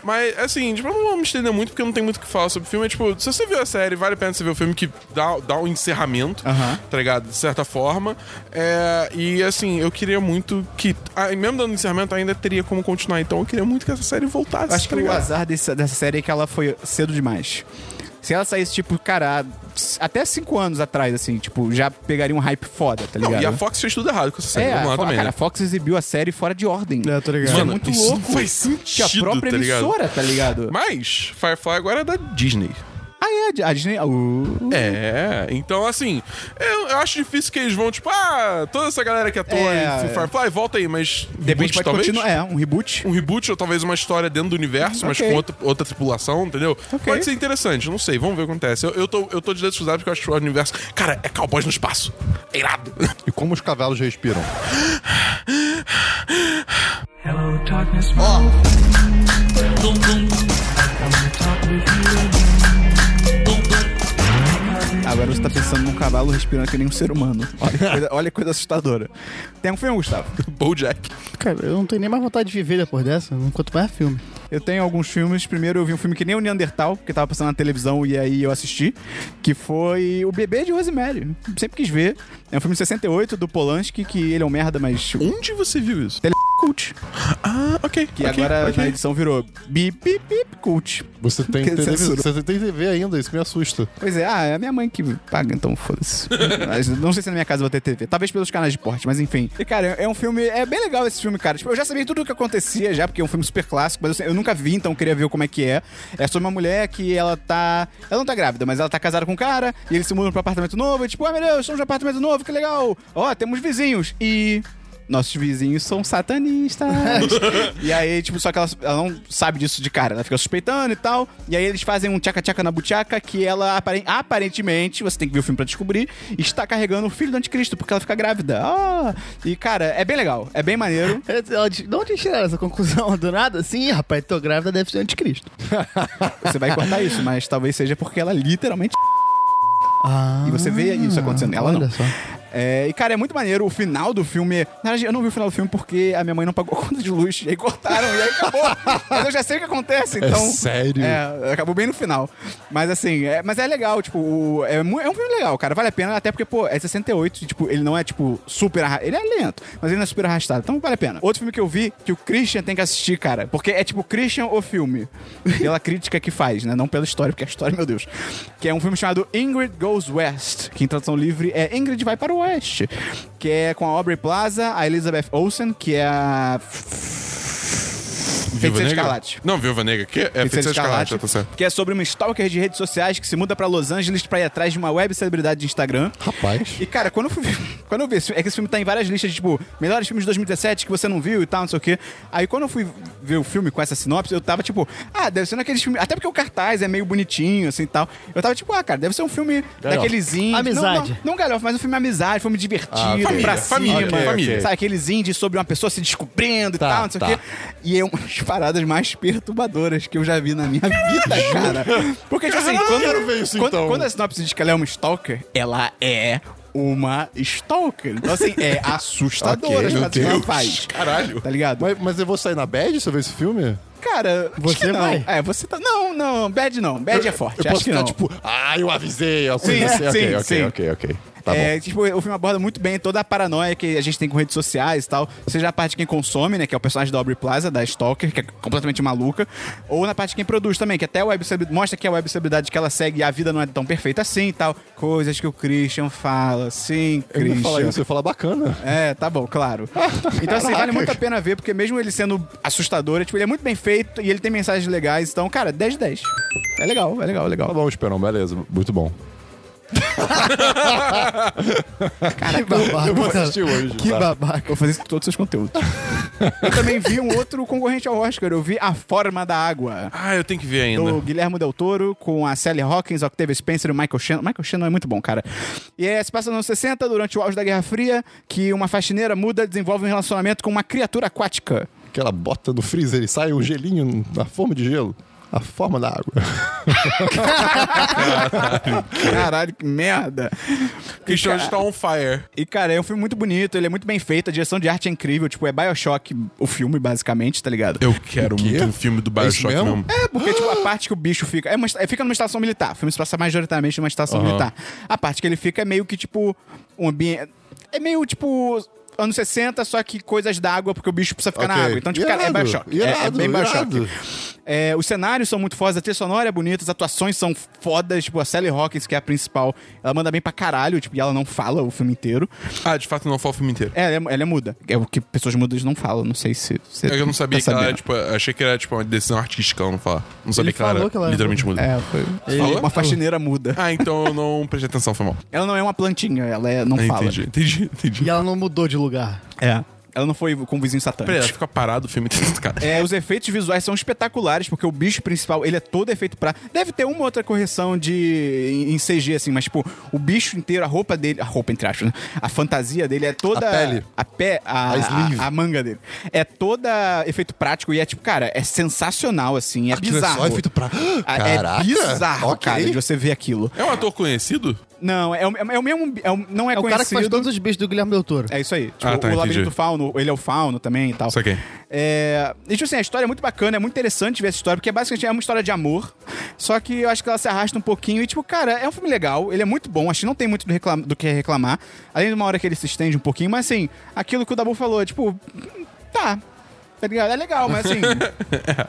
Speaker 2: Mas, assim, tipo, eu não vou me estender muito porque não tem muito o que falar sobre o filme. É, tipo, se você viu a série, vale a pena você ver o filme que dá, dá um encerramento,
Speaker 1: Aham.
Speaker 2: tá ligado? De certa forma. É, e, assim, eu queria muito que. ah, e mesmo dando encerramento, ainda teria como continuar. Então, eu queria muito que essa série voltasse.
Speaker 1: Acho que
Speaker 2: tá
Speaker 1: o
Speaker 2: ligado?
Speaker 1: azar desse- dessa série é que ela foi cedo demais. Se ela saísse, tipo, cara, há- até cinco anos atrás, assim, tipo, já pegaria um hype foda, tá
Speaker 2: Não,
Speaker 1: ligado?
Speaker 2: e a Fox fez tudo errado com essa série.
Speaker 1: É, a,
Speaker 2: Vamos lá
Speaker 1: Fo-
Speaker 2: também.
Speaker 1: cara,
Speaker 2: né?
Speaker 1: a Fox exibiu a série fora de ordem.
Speaker 3: Eu tô ligado.
Speaker 1: Isso é
Speaker 2: Mano,
Speaker 1: muito
Speaker 2: isso não
Speaker 1: louco.
Speaker 2: faz
Speaker 1: Que a
Speaker 2: sentido,
Speaker 1: própria
Speaker 2: tá ligado?
Speaker 1: emissora, tá ligado?
Speaker 2: Mas, Firefly agora é da Disney.
Speaker 1: Ah, é? a, a Disney. o-
Speaker 2: É, então assim, eu, eu acho difícil que eles vão, tipo, ah, toda essa galera que atua
Speaker 1: É,
Speaker 2: em
Speaker 1: é.
Speaker 2: Firefly, volta aí,
Speaker 1: De
Speaker 2: mas.
Speaker 1: repente
Speaker 2: reboot,
Speaker 1: pode
Speaker 2: talvez?
Speaker 1: continuar. É, um reboot.
Speaker 2: Um reboot ou talvez uma história dentro do universo, mas
Speaker 1: Ok.
Speaker 2: com outra, outra tripulação, entendeu? Pode ser interessante, não sei, vamos ver o que acontece. Eu, eu tô, eu tô de dedos cruzados porque eu acho que o universo. Cara, é cowboy no espaço. É irado. [laughs]
Speaker 4: E como os cavalos respiram?
Speaker 5: Hello, darkness. Oh.
Speaker 1: Agora você tá pensando num cavalo respirando que nem um ser humano. Olha [laughs] que coisa, olha que coisa assustadora. Tem um filme, Gustavo?
Speaker 2: Bojack.
Speaker 3: [laughs] Cara, eu não tenho nem mais vontade de viver depois dessa, enquanto mais filme.
Speaker 1: Eu tenho alguns filmes. Primeiro eu vi um filme que nem o Neandertal, que tava passando na televisão e aí eu assisti, que foi O Bebê de Rosemary. Sempre quis ver. É um filme de 68 do Polanski, que ele é um merda, mas.
Speaker 2: Onde você viu isso?
Speaker 1: Cult.
Speaker 2: Ah, ok.
Speaker 1: Que
Speaker 2: ok,
Speaker 1: agora
Speaker 2: ok.
Speaker 1: na edição virou Bip Bip Bip Cult.
Speaker 4: [laughs] Você tem
Speaker 1: Que
Speaker 4: televisão.
Speaker 1: censura.
Speaker 4: Você tem TV ainda, isso me assusta.
Speaker 1: Pois é, ah, é a minha mãe que paga, então foda-se. Mas não sei se na minha casa eu vou ter TV. Talvez pelos canais de porte, mas enfim. E, cara, é um filme. É bem legal esse filme, cara. Tipo, eu já sabia tudo o que acontecia já, porque é um filme super clássico, mas eu, eu nunca vi, então eu queria ver como é que é. É sobre uma mulher que ela tá. Ela não tá grávida, mas ela tá casada com um cara, e eles se mudam pra apartamento novo, e tipo, ah, meu Deus, somos de apartamento novo, que legal! Ó, temos vizinhos. E. Nossos vizinhos são satanistas. e aí, tipo, só que ela, ela não sabe disso de cara. Ela fica suspeitando e tal. E aí eles fazem um tchaca-tchaca na buchaca que ela, aparen- aparentemente, você tem que ver o filme pra descobrir, está carregando o filho do anticristo, porque ela fica grávida. Ah! E, cara, é bem legal. É bem maneiro.
Speaker 3: É, ela diz, De onde tiraram essa conclusão do nada? Sim, rapaz, tô grávida, deve ser anticristo.
Speaker 1: Você vai cortar isso, mas talvez seja porque ela literalmente...
Speaker 3: Ah,
Speaker 1: E você vê isso acontecendo. Ela
Speaker 3: olha
Speaker 1: não.
Speaker 3: só.
Speaker 1: É, e, cara, é muito maneiro. O final do filme. Na verdade, eu não vi o final do filme porque a minha mãe não pagou [laughs] a conta de luz. E aí cortaram e aí acabou. Mas eu já sei o que acontece, então.
Speaker 4: sério?
Speaker 1: É, acabou bem no final. Mas assim, é, mas é legal, tipo, o- é, mu- é um filme legal, cara. Vale a pena, até porque, pô, é 68, e, tipo, ele não é, tipo, super arra- Ele é lento, mas ele não é super arrastado. Então vale a pena. Outro filme que eu vi que o Christian tem que assistir, cara. Porque é tipo Christian o [laughs] filme. Pela crítica que faz, né? Não pela história, porque a história, meu Deus. Que é um filme chamado Ingrid Goes West, que em tradução livre é Ingrid vai para o Oeste. Que é com a Aubrey Plaza, a Elizabeth Olsen, que é a. Feiticeira
Speaker 2: Negra?
Speaker 1: Escarlate.
Speaker 2: Não, Viúva Negra. Que é Feiticeira Escarlate, tá certo.
Speaker 1: que é sobre uma stalker de redes sociais que se muda pra Los Angeles pra ir atrás de uma web celebridade de Instagram.
Speaker 4: Rapaz.
Speaker 1: E, cara, quando eu, fui, [laughs] quando eu vi esse filme, é que esse filme tá em várias listas, tipo, melhores filmes de 2017 que você não viu e tal, não sei o quê. Aí quando eu fui ver o filme com essa sinopse, eu tava tipo, ah, deve ser naqueles filmes. Até porque o cartaz é meio bonitinho, assim e tal. Eu tava tipo, ah, cara, deve ser um filme daqueles indies. Não,
Speaker 3: Amizade.
Speaker 1: não, não galhofa, mas um filme amizade, filme divertido,
Speaker 4: Ah, família,
Speaker 1: pra
Speaker 2: família,
Speaker 1: cima.
Speaker 2: ok, ok.
Speaker 1: Sabe, aqueles indies sobre uma pessoa se descobrindo e
Speaker 4: Tá,
Speaker 1: tal, não sei
Speaker 4: tá.
Speaker 1: o quê. E é uma das paradas mais perturbadoras que eu já vi na minha [laughs] vida, cara. Porque, tipo assim,
Speaker 4: Caralho,
Speaker 1: quando,
Speaker 4: eu quero ver isso,
Speaker 1: quando,
Speaker 4: então.
Speaker 1: quando a sinopse diz que ela é uma stalker, ela é uma stalker. Então, assim,
Speaker 4: [laughs]
Speaker 1: é assustadora
Speaker 4: Ok,
Speaker 1: as
Speaker 4: meu
Speaker 1: coisas que ela
Speaker 4: Deus.
Speaker 1: faz.
Speaker 2: Caralho.
Speaker 1: Tá ligado?
Speaker 4: Mas, mas eu vou sair na bad se eu ver esse filme?
Speaker 1: cara, acho
Speaker 3: Você
Speaker 1: que não.
Speaker 3: vai.
Speaker 1: É, você tá. Não, não, bad não. Bad é forte.
Speaker 4: Eu
Speaker 1: acho
Speaker 4: posso
Speaker 1: que
Speaker 4: ficar
Speaker 1: não.
Speaker 4: tipo, ah, eu avisei. Eu
Speaker 1: Sim,
Speaker 4: assim.
Speaker 1: sim,
Speaker 4: ok, ok,
Speaker 1: sim.
Speaker 4: ok, ok. Tá
Speaker 1: é, tipo, o filme aborda muito bem toda a paranoia que a gente tem com redes sociais e tal. Seja a parte de quem consome, né? Que é o personagem da Aubrey Plaza, da Stalker, que é completamente maluca. Ou na parte de quem produz também, que até a web celebridade- mostra que a web celebridade que ela segue, a vida não é tão perfeita assim e tal. Coisas que o Christian fala. Sim,
Speaker 4: bom. Eu
Speaker 1: Christian.
Speaker 4: não falar isso, eu ia falar bacana.
Speaker 1: É, tá bom, claro. Então, assim, vale muito a pena ver, porque mesmo ele sendo assustador, é, tipo, ele é muito bem feito e ele tem mensagens legais. Então, cara, 10 de 10. É legal, é legal, é
Speaker 4: Tá
Speaker 1: legal.
Speaker 4: bom, Esperão, beleza. Muito bom.
Speaker 3: Que babaca.
Speaker 4: Eu vou
Speaker 3: cara.
Speaker 4: assistir hoje.
Speaker 3: Que
Speaker 4: tá?
Speaker 3: babaca.
Speaker 1: Vou fazer isso com todos os seus conteúdos. eu também vi um outro concorrente ao Oscar. Eu vi A Forma da Água.
Speaker 2: Ah, eu tenho que ver ainda.
Speaker 1: Do Guilherme Del Toro, com a Sally Hawkins, Octavia Spencer e o Michael Shannon. Michael Shannon é muito bom, cara. E é, se passa nos anos 60, durante o auge da Guerra Fria, que uma faxineira muda desenvolve um relacionamento com uma criatura aquática.
Speaker 4: Que ela bota no freezer e sai um gelinho na forma de gelo. A forma da água.
Speaker 1: Caralho, que merda.
Speaker 2: Christian hoje tá on fire.
Speaker 1: E, cara, é um filme muito bonito, ele é muito bem feito, a direção de arte é incrível, tipo, é Bioshock o filme, basicamente, tá ligado?
Speaker 2: Eu quero muito um filme do Bioshock
Speaker 4: isso mesmo?
Speaker 2: mesmo.
Speaker 1: É, porque, tipo, a parte que o bicho fica. É uma, esta- fica numa estação militar. O filme se passa majoritariamente numa estação militar. A parte que ele fica é meio que, tipo, um ambiente. É meio, tipo. Anos 60, só que coisas d'água, porque o bicho precisa ficar na
Speaker 4: Ok.
Speaker 1: água. Então, tipo, cara, é
Speaker 4: Irado,
Speaker 1: Bioshock. É- é,
Speaker 4: irado,
Speaker 1: bem Bioshock.
Speaker 4: irado.
Speaker 1: É, É, os cenários são muito fodas, a trilha sonora é bonita, as atuações são fodas. Tipo, a Sally Hawkins, que é a principal, ela manda bem pra caralho, tipo, e ela não fala o filme inteiro.
Speaker 2: Ah, de fato não foi o filme inteiro.
Speaker 1: É, Ela é, ela é muda. É o que pessoas mudas não falam, não sei se. se
Speaker 2: É que eu não sabia
Speaker 1: tá
Speaker 2: que ela era,
Speaker 1: sabendo.
Speaker 2: tipo, achei que era tipo uma decisão artística ela não falar. Não sabia
Speaker 3: Ele
Speaker 2: que ela era
Speaker 3: falou que ela era
Speaker 2: literalmente muda.
Speaker 1: É, foi.
Speaker 2: Falou?
Speaker 1: Uma faxineira muda.
Speaker 2: Ah, então eu não prestei atenção, foi mal.
Speaker 1: Ela não é uma plantinha, ela é, não
Speaker 2: Ah,
Speaker 1: fala.
Speaker 2: entendi, entendi, entendi.
Speaker 3: E ela não mudou de lugar.
Speaker 1: É. Ela não foi com o vizinho satânico.
Speaker 2: Peraí, ela fica parada o filme inteiro, cara.
Speaker 1: É, os efeitos visuais são espetaculares, porque o bicho principal, ele é todo efeito pra... Deve ter uma outra correção de... em em CG, assim, mas, tipo, o bicho inteiro, a roupa dele... A roupa, entre aspas, né? A fantasia dele é toda...
Speaker 4: A pele.
Speaker 1: A pé... A,
Speaker 4: A sleeve.
Speaker 1: a- a manga dele. É toda efeito prático e é, tipo, cara, é sensacional, assim, é bizarro.
Speaker 4: Tipo, só efeito pra...
Speaker 1: Ah,
Speaker 4: Caraca!
Speaker 1: É bizarro,
Speaker 4: ok.
Speaker 1: cara, de você ver aquilo.
Speaker 2: É um ator conhecido?
Speaker 1: Não, é, o- é o mesmo... é o- não é,
Speaker 3: É o cara que faz
Speaker 1: conhecido.
Speaker 3: todos os bichos do Guilherme Del Toro.
Speaker 1: É isso aí. Tipo,
Speaker 2: Ah, tá,
Speaker 1: o Labirinto
Speaker 2: entendi.
Speaker 1: do Fauno, ele é o Fauno também e tal.
Speaker 2: Saquei.
Speaker 1: É... E, tipo assim, a história é muito bacana, é muito interessante ver essa história, porque basicamente é uma história de amor, só que eu acho que ela se arrasta um pouquinho e, tipo, cara, é um filme legal, ele é muito bom, acho que não tem muito do, reclam- do que reclamar, além de uma hora que ele se estende um pouquinho, mas, assim, aquilo que o Dabu falou, tipo, tá... Tá ligado? É legal, mas
Speaker 2: [laughs]
Speaker 1: assim.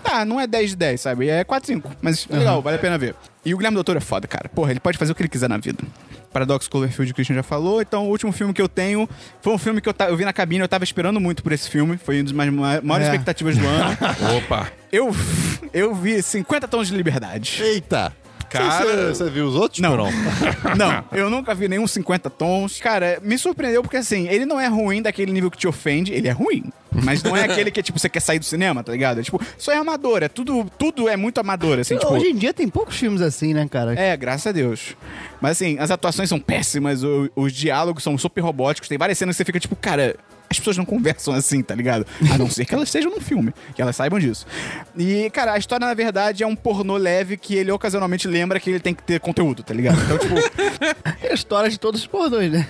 Speaker 1: tá, não é 10 de 10, sabe? É 4, 5. Mas é legal, vale a pena ver. E o Guilherme Doutor é foda, cara. Porra, ele pode fazer o que ele quiser na vida. Paradox Cloverfield, o Christian já falou. Então, o último filme que eu tenho foi um filme que eu, ta- eu vi na cabine, eu tava esperando muito por esse filme. Foi um dos mais, ma- maiores
Speaker 3: É.
Speaker 1: expectativas do ano.
Speaker 3: [laughs]
Speaker 2: Opa.
Speaker 1: eu, eu vi 50 Tons de Liberdade.
Speaker 4: Eita!
Speaker 2: Cara-
Speaker 4: Você, você viu os outros?
Speaker 1: Não.
Speaker 4: Não.
Speaker 1: [laughs] Não, eu nunca vi nenhum 50 tons. Cara, me surpreendeu porque assim, ele não é ruim daquele nível que te ofende, ele é ruim. Mas
Speaker 3: [laughs]
Speaker 1: não é aquele que, tipo, você quer sair do cinema, tá ligado? É, tipo, só é amador, é tudo, tudo é muito amador, assim, tipo.
Speaker 3: Hoje em dia tem poucos filmes assim, né, cara?
Speaker 1: É, graças a Deus. Mas assim, as atuações são péssimas, o- os diálogos são super robóticos, tem várias cenas que você fica tipo, cara, as pessoas não conversam assim, tá ligado? A não ser que elas estejam num filme, que elas saibam disso. E, cara, a história, na verdade, é um pornô leve que ele ocasionalmente lembra que ele tem que ter conteúdo, tá ligado? Então, tipo,
Speaker 3: É a história de todos os pornôs, né?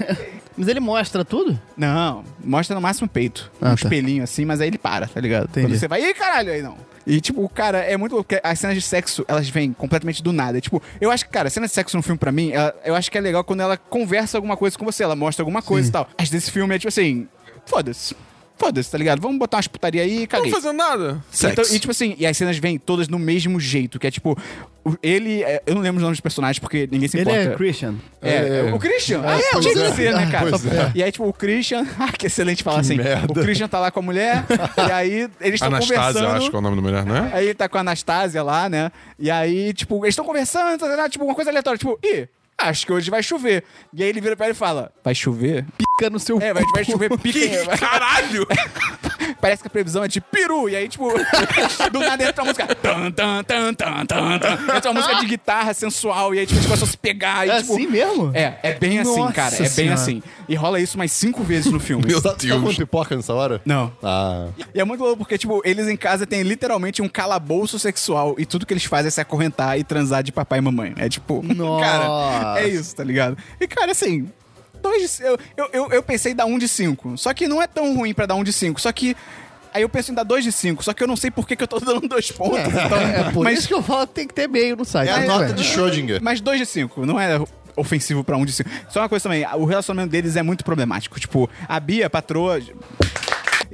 Speaker 3: Mas ele mostra tudo?
Speaker 1: Não, mostra no máximo o peito.
Speaker 3: Ah,
Speaker 1: um
Speaker 3: tá.
Speaker 1: espelhinho assim, mas aí ele para, tá ligado?
Speaker 3: Entendi.
Speaker 1: Quando você vai, ih, caralho, aí não. E, tipo, cara, é muito louco, porque as cenas de sexo, elas vêm completamente do nada. Tipo, eu acho que, cara, cena de sexo num filme, pra mim, ela- eu acho que é legal quando ela conversa alguma coisa com você, ela mostra alguma coisa e tal. As desse filme é tipo assim, foda-se. Foda-se, tá ligado? Vamos botar umas putaria aí e
Speaker 2: Não tô
Speaker 1: caguei.
Speaker 2: fazendo nada.
Speaker 1: Então,
Speaker 2: Sexo.
Speaker 1: e tipo assim, e as cenas vêm todas no mesmo jeito, que é tipo, o- ele. é, Eu não lembro os nomes dos personagens porque ninguém se
Speaker 3: Ele
Speaker 1: importa.
Speaker 3: é Christian.
Speaker 1: É, o Christian. Ah, é,
Speaker 4: pois
Speaker 1: tinha que
Speaker 4: é.
Speaker 1: ser, né, cara?
Speaker 4: Pois é.
Speaker 1: E aí, tipo, o Christian. [laughs] Ah, que excelente falar assim.
Speaker 4: merda.
Speaker 1: O Christian tá lá com a mulher, e aí eles estão
Speaker 2: Anastasia,
Speaker 1: conversando.
Speaker 2: acho que é o nome da mulher, não é?
Speaker 1: Aí ele tá com a Anastasia lá, né? E aí, tipo, eles estão conversando, tá, tá, tá, tipo, uma coisa aleatória, tipo, ih, acho que hoje vai chover. E aí ele vira pra ela e fala: Vai chover?
Speaker 3: Pica no seu
Speaker 1: É, vai, vai chover pica. vai-
Speaker 2: Caralho!
Speaker 1: Parece que a previsão é de peru. E aí, tipo, [laughs] do nada entra uma música. Tan, tan, tan, tan, tan, tan. Entra uma música de guitarra sensual. E aí, tipo, as pessoas se pegar. E,
Speaker 3: É
Speaker 1: tipo,
Speaker 3: assim mesmo?
Speaker 1: É, é bem assim,
Speaker 3: Nossa
Speaker 1: cara. É bem
Speaker 3: Senhora.
Speaker 1: assim. E rola isso mais cinco vezes no filme.
Speaker 2: Meu
Speaker 4: Tá, tá
Speaker 2: Deus.
Speaker 4: comendo pipoca nessa hora?
Speaker 1: Não.
Speaker 4: Ah.
Speaker 1: E é muito louco porque, tipo, eles em casa têm literalmente um calabouço sexual e tudo que eles fazem é se acorrentar e transar de papai e mamãe. É tipo, [laughs] cara,
Speaker 3: Nossa.
Speaker 1: é isso, tá ligado? E, cara, assim, dois de, eu, eu, eu, eu pensei em dar um de cinco. Só que não é tão ruim pra dar um de cinco. Só que. Aí eu penso em dar dois de cinco, só que eu não sei por que, que eu tô dando dois pontos. então,
Speaker 3: É por
Speaker 1: mas,
Speaker 3: isso que eu falo que tem que ter meio no site.
Speaker 4: É a
Speaker 3: né,
Speaker 4: nota
Speaker 3: velho?
Speaker 4: de Schrödinger.
Speaker 1: mas dois de cinco, não é ofensivo pra um de cinco. Só uma coisa também, o relacionamento deles é muito problemático. Tipo, a Bia, patroa,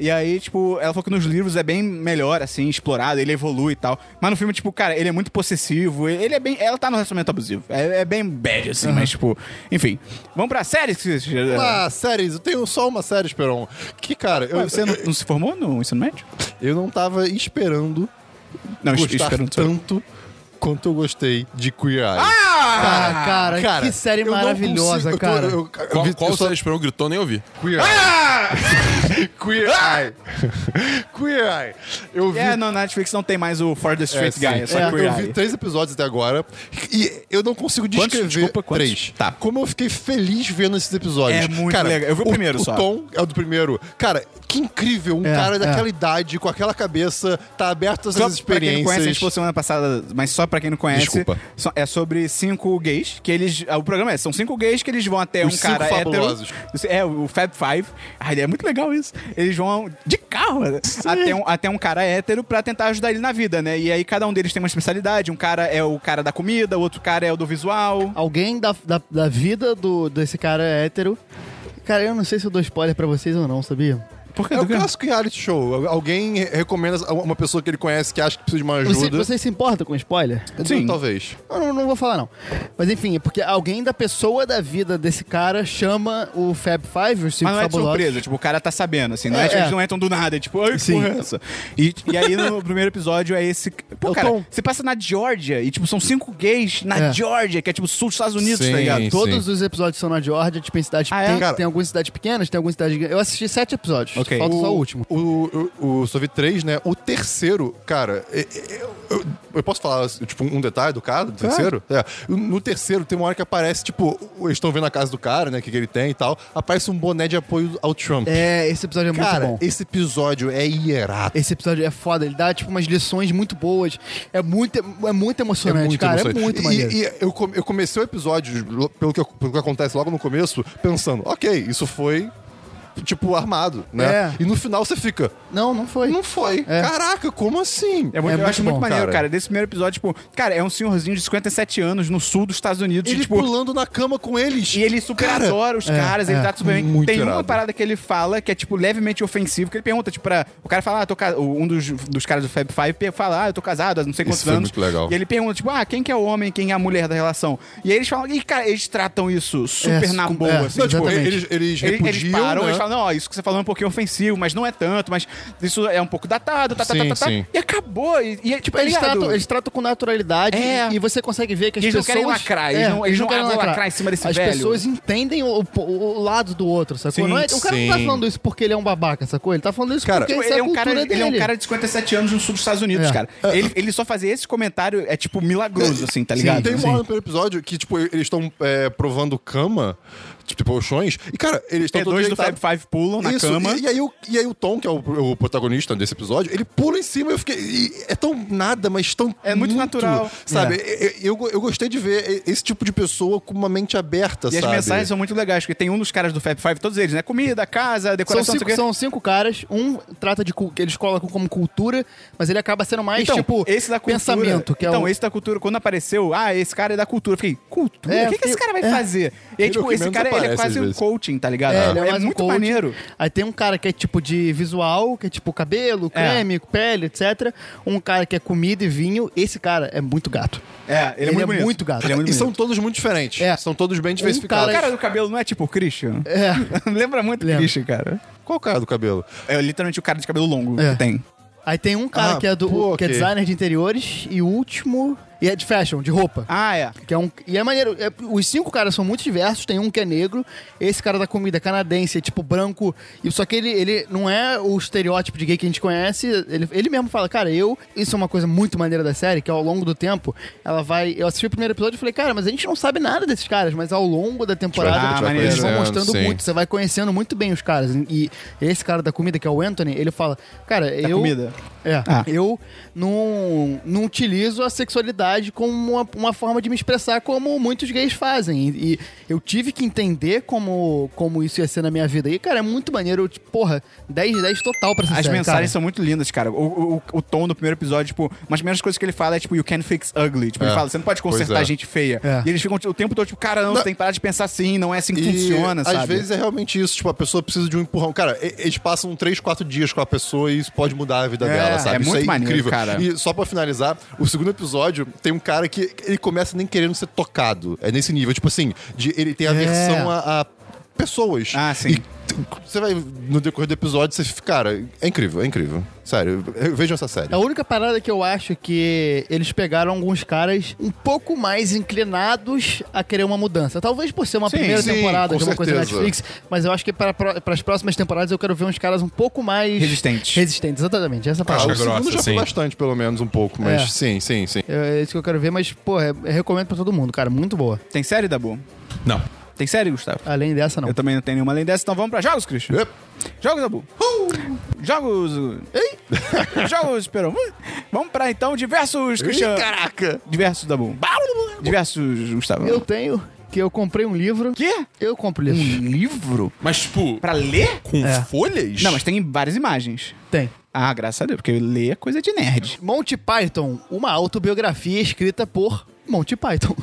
Speaker 1: e aí, tipo, ela falou que nos livros é bem melhor, assim, explorado, ele evolui e tal. Mas no filme, tipo, cara, ele é muito possessivo, ele é bem. Ela tá no relacionamento abusivo. É, é bem bad, assim, mas, tipo, enfim. Vamos pra série, Christian?
Speaker 4: Ah, séries, eu tenho só uma série, Esperon. Que, cara, eu,
Speaker 1: Ué, Você não, não se formou no ensino médio?
Speaker 4: eu não tava esperando
Speaker 1: Não, es-
Speaker 4: gostar
Speaker 1: espero não ser.
Speaker 4: tanto quanto eu gostei de Queer Eye.
Speaker 1: Ah!
Speaker 3: Ah, cara, que série
Speaker 4: eu não consigo-
Speaker 3: maravilhosa,
Speaker 4: eu tô-
Speaker 3: cara.
Speaker 4: eu- eu-
Speaker 2: Qual,
Speaker 4: eu-
Speaker 2: qual
Speaker 4: eu só-
Speaker 2: você esperou? Gritou, nem ouvi.
Speaker 4: Queer Eye. [laughs] Queer Eye. Queer Eye. Eu vi
Speaker 1: É, não, na Netflix não tem mais o For the Street
Speaker 4: É,
Speaker 1: Guy,
Speaker 4: sim.
Speaker 1: é só
Speaker 4: É,
Speaker 1: Queer
Speaker 4: Eu vi
Speaker 1: Eye.
Speaker 4: três episódios até agora e eu não consigo
Speaker 1: Quantos?
Speaker 4: descrever
Speaker 1: Desculpa, quantos?
Speaker 4: três.
Speaker 1: Tá.
Speaker 4: Como eu fiquei feliz vendo esses episódios.
Speaker 1: É muito
Speaker 4: cara,
Speaker 1: legal. Eu vi o primeiro só.
Speaker 4: O Tom é o do primeiro. Cara, que incrível. Um
Speaker 3: É,
Speaker 4: cara
Speaker 3: é.
Speaker 4: daquela idade, com aquela cabeça, tá aberto a essas
Speaker 1: Só pra quem não
Speaker 4: experiências.
Speaker 1: conhece, a gente falou assim, semana passada, mas só pra quem não conhece,
Speaker 4: Desculpa.
Speaker 1: so- é sobre cinco gays, que eles... ah, O programa é, são cinco gays que eles vão até
Speaker 4: Os
Speaker 1: um
Speaker 4: cinco
Speaker 1: cara hétero...
Speaker 4: fabulosos.
Speaker 1: É, o Fab Five. Ai, é muito legal isso. Eles vão de carro né? até um, até um cara hétero pra tentar ajudar ele na vida, né? E aí cada um deles tem uma especialidade. Um cara é o cara da comida, o outro cara é o do visual.
Speaker 3: Alguém da, da, é da vida do, desse cara hétero. Cara, eu não sei se eu dou spoiler pra vocês ou não, sabia?
Speaker 1: Por que
Speaker 4: É
Speaker 1: do
Speaker 4: o
Speaker 1: quê?
Speaker 4: clássico reality show. Al- Alguém re- recomenda a uma pessoa que ele conhece que acha que precisa de uma
Speaker 3: Você,
Speaker 4: ajuda.
Speaker 3: você se importa com spoiler?
Speaker 1: Sim.
Speaker 4: Talvez.
Speaker 3: Eu não, não vou falar, não. Mas enfim, é porque alguém da pessoa da vida desse cara chama o Fab Five, os cinco
Speaker 1: Mas não é de
Speaker 3: fabulosos.
Speaker 1: surpresa, tipo, o cara tá sabendo, assim, não é,
Speaker 3: É,
Speaker 1: que eles
Speaker 3: é.
Speaker 1: não entram do nada, é tipo, ai, que
Speaker 3: Sim.
Speaker 1: porra é essa? E, e aí no [laughs] primeiro episódio é esse. Pô,
Speaker 3: É o
Speaker 1: cara,
Speaker 3: Tom.
Speaker 1: você passa na Geórgia e, tipo, são cinco gays na
Speaker 3: É.
Speaker 1: Geórgia, que é tipo sul dos Estados Unidos,
Speaker 2: Sim.
Speaker 1: tá ligado?
Speaker 3: Todos os episódios são na Georgia, tipo, em cidades
Speaker 1: Ah, é?
Speaker 3: tem,
Speaker 4: Cara-
Speaker 3: tem algumas cidades pequenas, tem algumas cidades gigantes. Eu assisti sete episódios.
Speaker 1: Ok.
Speaker 3: Falta só o
Speaker 4: O-
Speaker 3: último.
Speaker 4: O, o, o só vi três, né? O terceiro, cara, é- é- eu, eu posso falar, tipo, um detalhe do cara, do terceiro? É. No terceiro tem uma hora que aparece, tipo, eles estão vendo a casa do cara, né? O que, que ele tem e tal. Aparece um boné de apoio ao Trump.
Speaker 3: É, esse episódio é
Speaker 4: cara,
Speaker 3: muito bom.
Speaker 4: esse episódio é hierato.
Speaker 3: Esse episódio é foda, ele dá tipo umas lições muito boas. É muito, é muito emocionante, cara. É muito maneiro.
Speaker 4: E, e eu, come- eu comecei o episódio, lo- pelo que, pelo que acontece logo no começo, pensando, ok, isso foi, tipo, armado, né?
Speaker 3: É.
Speaker 4: E no final você fica,
Speaker 3: Não, não foi.
Speaker 4: não foi.
Speaker 3: É.
Speaker 4: Caraca, como assim?
Speaker 1: É muito,
Speaker 3: É
Speaker 1: eu
Speaker 3: muito
Speaker 1: acho muito
Speaker 3: bom,
Speaker 1: maneiro, cara.
Speaker 4: cara.
Speaker 1: Desse primeiro episódio, tipo, cara, é um senhorzinho de 57 anos no sul dos Estados Unidos,
Speaker 4: Ele
Speaker 1: e, tipo,
Speaker 4: pulando na cama com eles.
Speaker 1: E ele super
Speaker 4: Cara,
Speaker 1: adora os caras, ele
Speaker 3: é,
Speaker 1: trata super bem.
Speaker 4: muito
Speaker 1: Tem uma
Speaker 4: irado.
Speaker 1: parada que ele fala que é, tipo, levemente ofensivo, que ele pergunta, tipo, pra. O cara fala, ah, tô ca- um dos, dos caras do Fab Five pe- fala, ah, eu tô casado há não sei quantos
Speaker 4: Isso foi
Speaker 1: anos.
Speaker 4: muito legal.
Speaker 1: E ele pergunta, tipo, ah, quem que é o homem, quem é a mulher da relação? E aí eles falam, e, cara, eles tratam isso super
Speaker 3: É,
Speaker 1: na
Speaker 3: com-
Speaker 1: boa,
Speaker 3: é,
Speaker 1: assim,
Speaker 4: Não, tipo,
Speaker 3: Exatamente.
Speaker 4: eles, eles
Speaker 1: Ele-
Speaker 4: repudiam,
Speaker 1: eles param,
Speaker 4: né?
Speaker 1: eles falam, não, ó, isso que você falou é um pouquinho ofensivo, mas não é tanto, mas isso é um pouco datado, tá, tá, tá,
Speaker 4: Sim,
Speaker 1: tá, tá.
Speaker 4: sim.
Speaker 1: E acabou. E, e é, tipo,
Speaker 3: Eles
Speaker 1: ligado?
Speaker 3: tratam, eles tratam com naturalidade
Speaker 1: É.
Speaker 3: e, e você consegue ver que as
Speaker 1: Eles não
Speaker 3: pessoas... É,
Speaker 1: querem lacrar, eles não- eles não vão lacrar em cima desse
Speaker 3: As
Speaker 1: velho.
Speaker 3: pessoas entendem o, o- o lado do outro, sacou?
Speaker 1: Sim,
Speaker 3: Não é- o cara não tá
Speaker 2: sim.
Speaker 3: falando isso porque ele é um babaca, sacou? Ele tá falando isso
Speaker 4: Cara,
Speaker 3: porque
Speaker 1: Tipo, ele,
Speaker 3: essa é
Speaker 1: é
Speaker 3: a
Speaker 1: um
Speaker 3: cultura
Speaker 1: cara,
Speaker 3: dele.
Speaker 1: ele é um cara de 57 anos no sul dos Estados Unidos,
Speaker 3: É.
Speaker 1: cara. Ele, ele só fazer esse comentário é, tipo, milagroso, assim, tá ligado?
Speaker 4: Tem
Speaker 1: Sim.
Speaker 4: uma hora no primeiro episódio que, tipo, eles estão é, provando cama, tipo, colchões, e, cara, eles estão
Speaker 1: P2
Speaker 4: todos
Speaker 1: É, do Fab
Speaker 4: deitados.
Speaker 3: tá
Speaker 1: Five pulam na
Speaker 4: Isso,
Speaker 1: cama.
Speaker 4: E, e aí o, e aí o Tom, que é o, o protagonista desse episódio, ele pula em cima e eu fiquei. e é tão nada, mas tão.
Speaker 1: É muito natural. É.
Speaker 4: Sabe? Eu, eu, eu gostei de ver esse tipo de pessoa com uma mente aberta,
Speaker 1: E as
Speaker 4: sabe?
Speaker 1: mensagens são muito legais, porque tem um dos caras do Fab Five, todos eles, né? Comida, casa,
Speaker 3: São
Speaker 1: decoração, não sei o
Speaker 3: cinco,
Speaker 1: quê.
Speaker 3: são cinco caras, um trata de cu- que eles colocam como cultura, mas ele acaba sendo mais tipo pensamento, que é
Speaker 1: então,
Speaker 3: o
Speaker 1: esse da cultura, quando apareceu, ah, esse cara é da cultura. Eu fiquei, cultura?
Speaker 3: É,
Speaker 1: o que, que esse
Speaker 3: eu-
Speaker 1: cara vai
Speaker 3: é.
Speaker 1: fazer? E aí,
Speaker 4: Ele é o
Speaker 1: tipo,
Speaker 4: que
Speaker 1: esse
Speaker 4: menos
Speaker 1: cara, ele é
Speaker 4: aparece,
Speaker 1: quase
Speaker 4: às
Speaker 1: um
Speaker 4: vezes.
Speaker 1: coaching, tá ligado?
Speaker 3: É,
Speaker 1: Tipo,
Speaker 3: ele é, mais um
Speaker 1: muito
Speaker 3: coach.
Speaker 1: maneiro.
Speaker 3: Aí tem um cara que é tipo de visual, que é tipo cabelo,
Speaker 1: É.
Speaker 3: creme, pele, etc. Um cara que é comida e vinho. Esse cara é muito gato.
Speaker 1: É, ele, é
Speaker 3: Ele é
Speaker 1: muito bonito.
Speaker 3: muito gato.
Speaker 1: Ele é muito
Speaker 4: E são
Speaker 1: bonito.
Speaker 4: todos muito diferentes.
Speaker 3: É.
Speaker 4: São todos bem
Speaker 1: O
Speaker 4: diversificados.
Speaker 1: cara do cabelo não é tipo o Christian?
Speaker 3: É.
Speaker 1: [laughs] Lembra muito o
Speaker 3: Lembra.
Speaker 1: Christian, cara.
Speaker 4: Qual o cara do cabelo?
Speaker 1: É literalmente o cara de cabelo longo
Speaker 3: É.
Speaker 1: que tem.
Speaker 3: Aí tem um cara
Speaker 4: Ah,
Speaker 3: que é do
Speaker 4: pô,
Speaker 3: que
Speaker 4: ok.
Speaker 3: é designer de interiores e o último e é de fashion, de roupa.
Speaker 1: Ah, é.
Speaker 3: Que é um, e é maneiro, é- os cinco caras são muito diversos, tem um que é negro, esse cara da comida é canadense, é tipo branco, e só que ele, ele não é o estereótipo de gay que a gente conhece, ele, ele mesmo fala, cara, eu, isso é uma coisa muito maneira da série, que ao longo do tempo, ela vai, eu assisti o primeiro episódio e falei, cara, mas a gente não sabe nada desses caras, mas ao longo da temporada
Speaker 1: Ah,
Speaker 3: tipo,
Speaker 1: maneiro.
Speaker 3: eles vão
Speaker 2: É,
Speaker 3: mostrando
Speaker 2: sim.
Speaker 3: muito, você vai conhecendo muito bem os caras, e esse cara da comida, que é o Anthony, ele fala, cara, eu...
Speaker 1: comida?
Speaker 3: É,
Speaker 1: Ah.
Speaker 3: eu não, não utilizo a sexualidade como uma, uma forma de me expressar como muitos gays fazem. E, e eu tive que entender como, como isso ia ser na minha vida. E, cara, é muito maneiro. Eu, tipo, porra, 10 10 total pra essa
Speaker 1: As
Speaker 3: série,
Speaker 1: mensagens
Speaker 3: cara.
Speaker 1: são muito lindas, cara. O, o, o tom do primeiro episódio, tipo, uma das primeiras coisas que ele fala é, tipo, you can fix ugly. Tipo, ele
Speaker 4: É.
Speaker 1: fala, você não pode consertar
Speaker 4: Pois é.
Speaker 1: gente feia.
Speaker 3: É.
Speaker 1: E eles ficam tipo, o tempo todo, tipo, cara, não, você tem que parar de pensar assim, não é assim que
Speaker 4: E
Speaker 1: funciona,
Speaker 4: às
Speaker 1: sabe?
Speaker 4: vezes é realmente isso, tipo, a pessoa precisa de um empurrão. Cara, e- eles passam 3, 4 dias com a pessoa e isso pode mudar a vida
Speaker 1: É,
Speaker 4: dela, sabe?
Speaker 1: é
Speaker 4: isso
Speaker 1: muito
Speaker 4: é
Speaker 1: maneiro,
Speaker 4: incrível.
Speaker 1: cara.
Speaker 4: E só pra finalizar, o segundo episódio tem um cara que ele começa nem querendo ser tocado. É nesse nível, tipo assim, de, ele tem aversão a, a pessoas.
Speaker 1: É. Ah, sim.
Speaker 4: E t- você vai, no decorrer do episódio, você fica, cara, é incrível, é incrível. Sério, eu- vejam essa série.
Speaker 3: A única parada que eu acho é que eles pegaram alguns caras um pouco mais inclinados a querer uma mudança. Talvez por ser uma
Speaker 1: Sim,
Speaker 3: primeira
Speaker 4: sim,
Speaker 3: temporada
Speaker 4: com
Speaker 3: de uma coisa da
Speaker 4: certeza.
Speaker 3: Netflix, mas eu acho que para para as próximas temporadas eu quero ver uns caras um pouco mais
Speaker 1: Resistentes.
Speaker 3: Resistentes, exatamente. Essa é a
Speaker 4: Ah,
Speaker 3: palavra.
Speaker 4: o segundo
Speaker 2: grossa,
Speaker 4: já foi
Speaker 2: sim.
Speaker 4: bastante, pelo menos, um pouco, mas
Speaker 3: É.
Speaker 4: sim, sim, sim.
Speaker 3: É é isso que eu quero ver, mas, pô, é- eu recomendo pra todo mundo, cara. Muito boa.
Speaker 1: Tem série, Dabu?
Speaker 2: Não.
Speaker 1: Tem série, Gustavo?
Speaker 3: Além dessa, não.
Speaker 1: Eu também não tenho nenhuma além dessa, então vamos pra jogos, Christian?
Speaker 4: Yep.
Speaker 1: Jogos, Dabu. Jogos. Ei? [laughs] Jogos, Perão. Vamos pra então diversos, Christian.
Speaker 4: Caraca!
Speaker 1: Diversos, Dabu. Diversos, Gustavo.
Speaker 3: Eu tenho que eu comprei um livro.
Speaker 1: Quê?
Speaker 3: Eu compro
Speaker 1: Hum.
Speaker 3: livros.
Speaker 1: Um Livro?
Speaker 2: Mas, tipo,
Speaker 1: Pra ler?
Speaker 2: com
Speaker 3: É.
Speaker 2: folhas?
Speaker 1: Não, mas tem várias imagens.
Speaker 3: Tem.
Speaker 1: Ah, graças a Deus, porque ler é coisa de nerd.
Speaker 3: Monty Python, uma autobiografia escrita por Monty Python.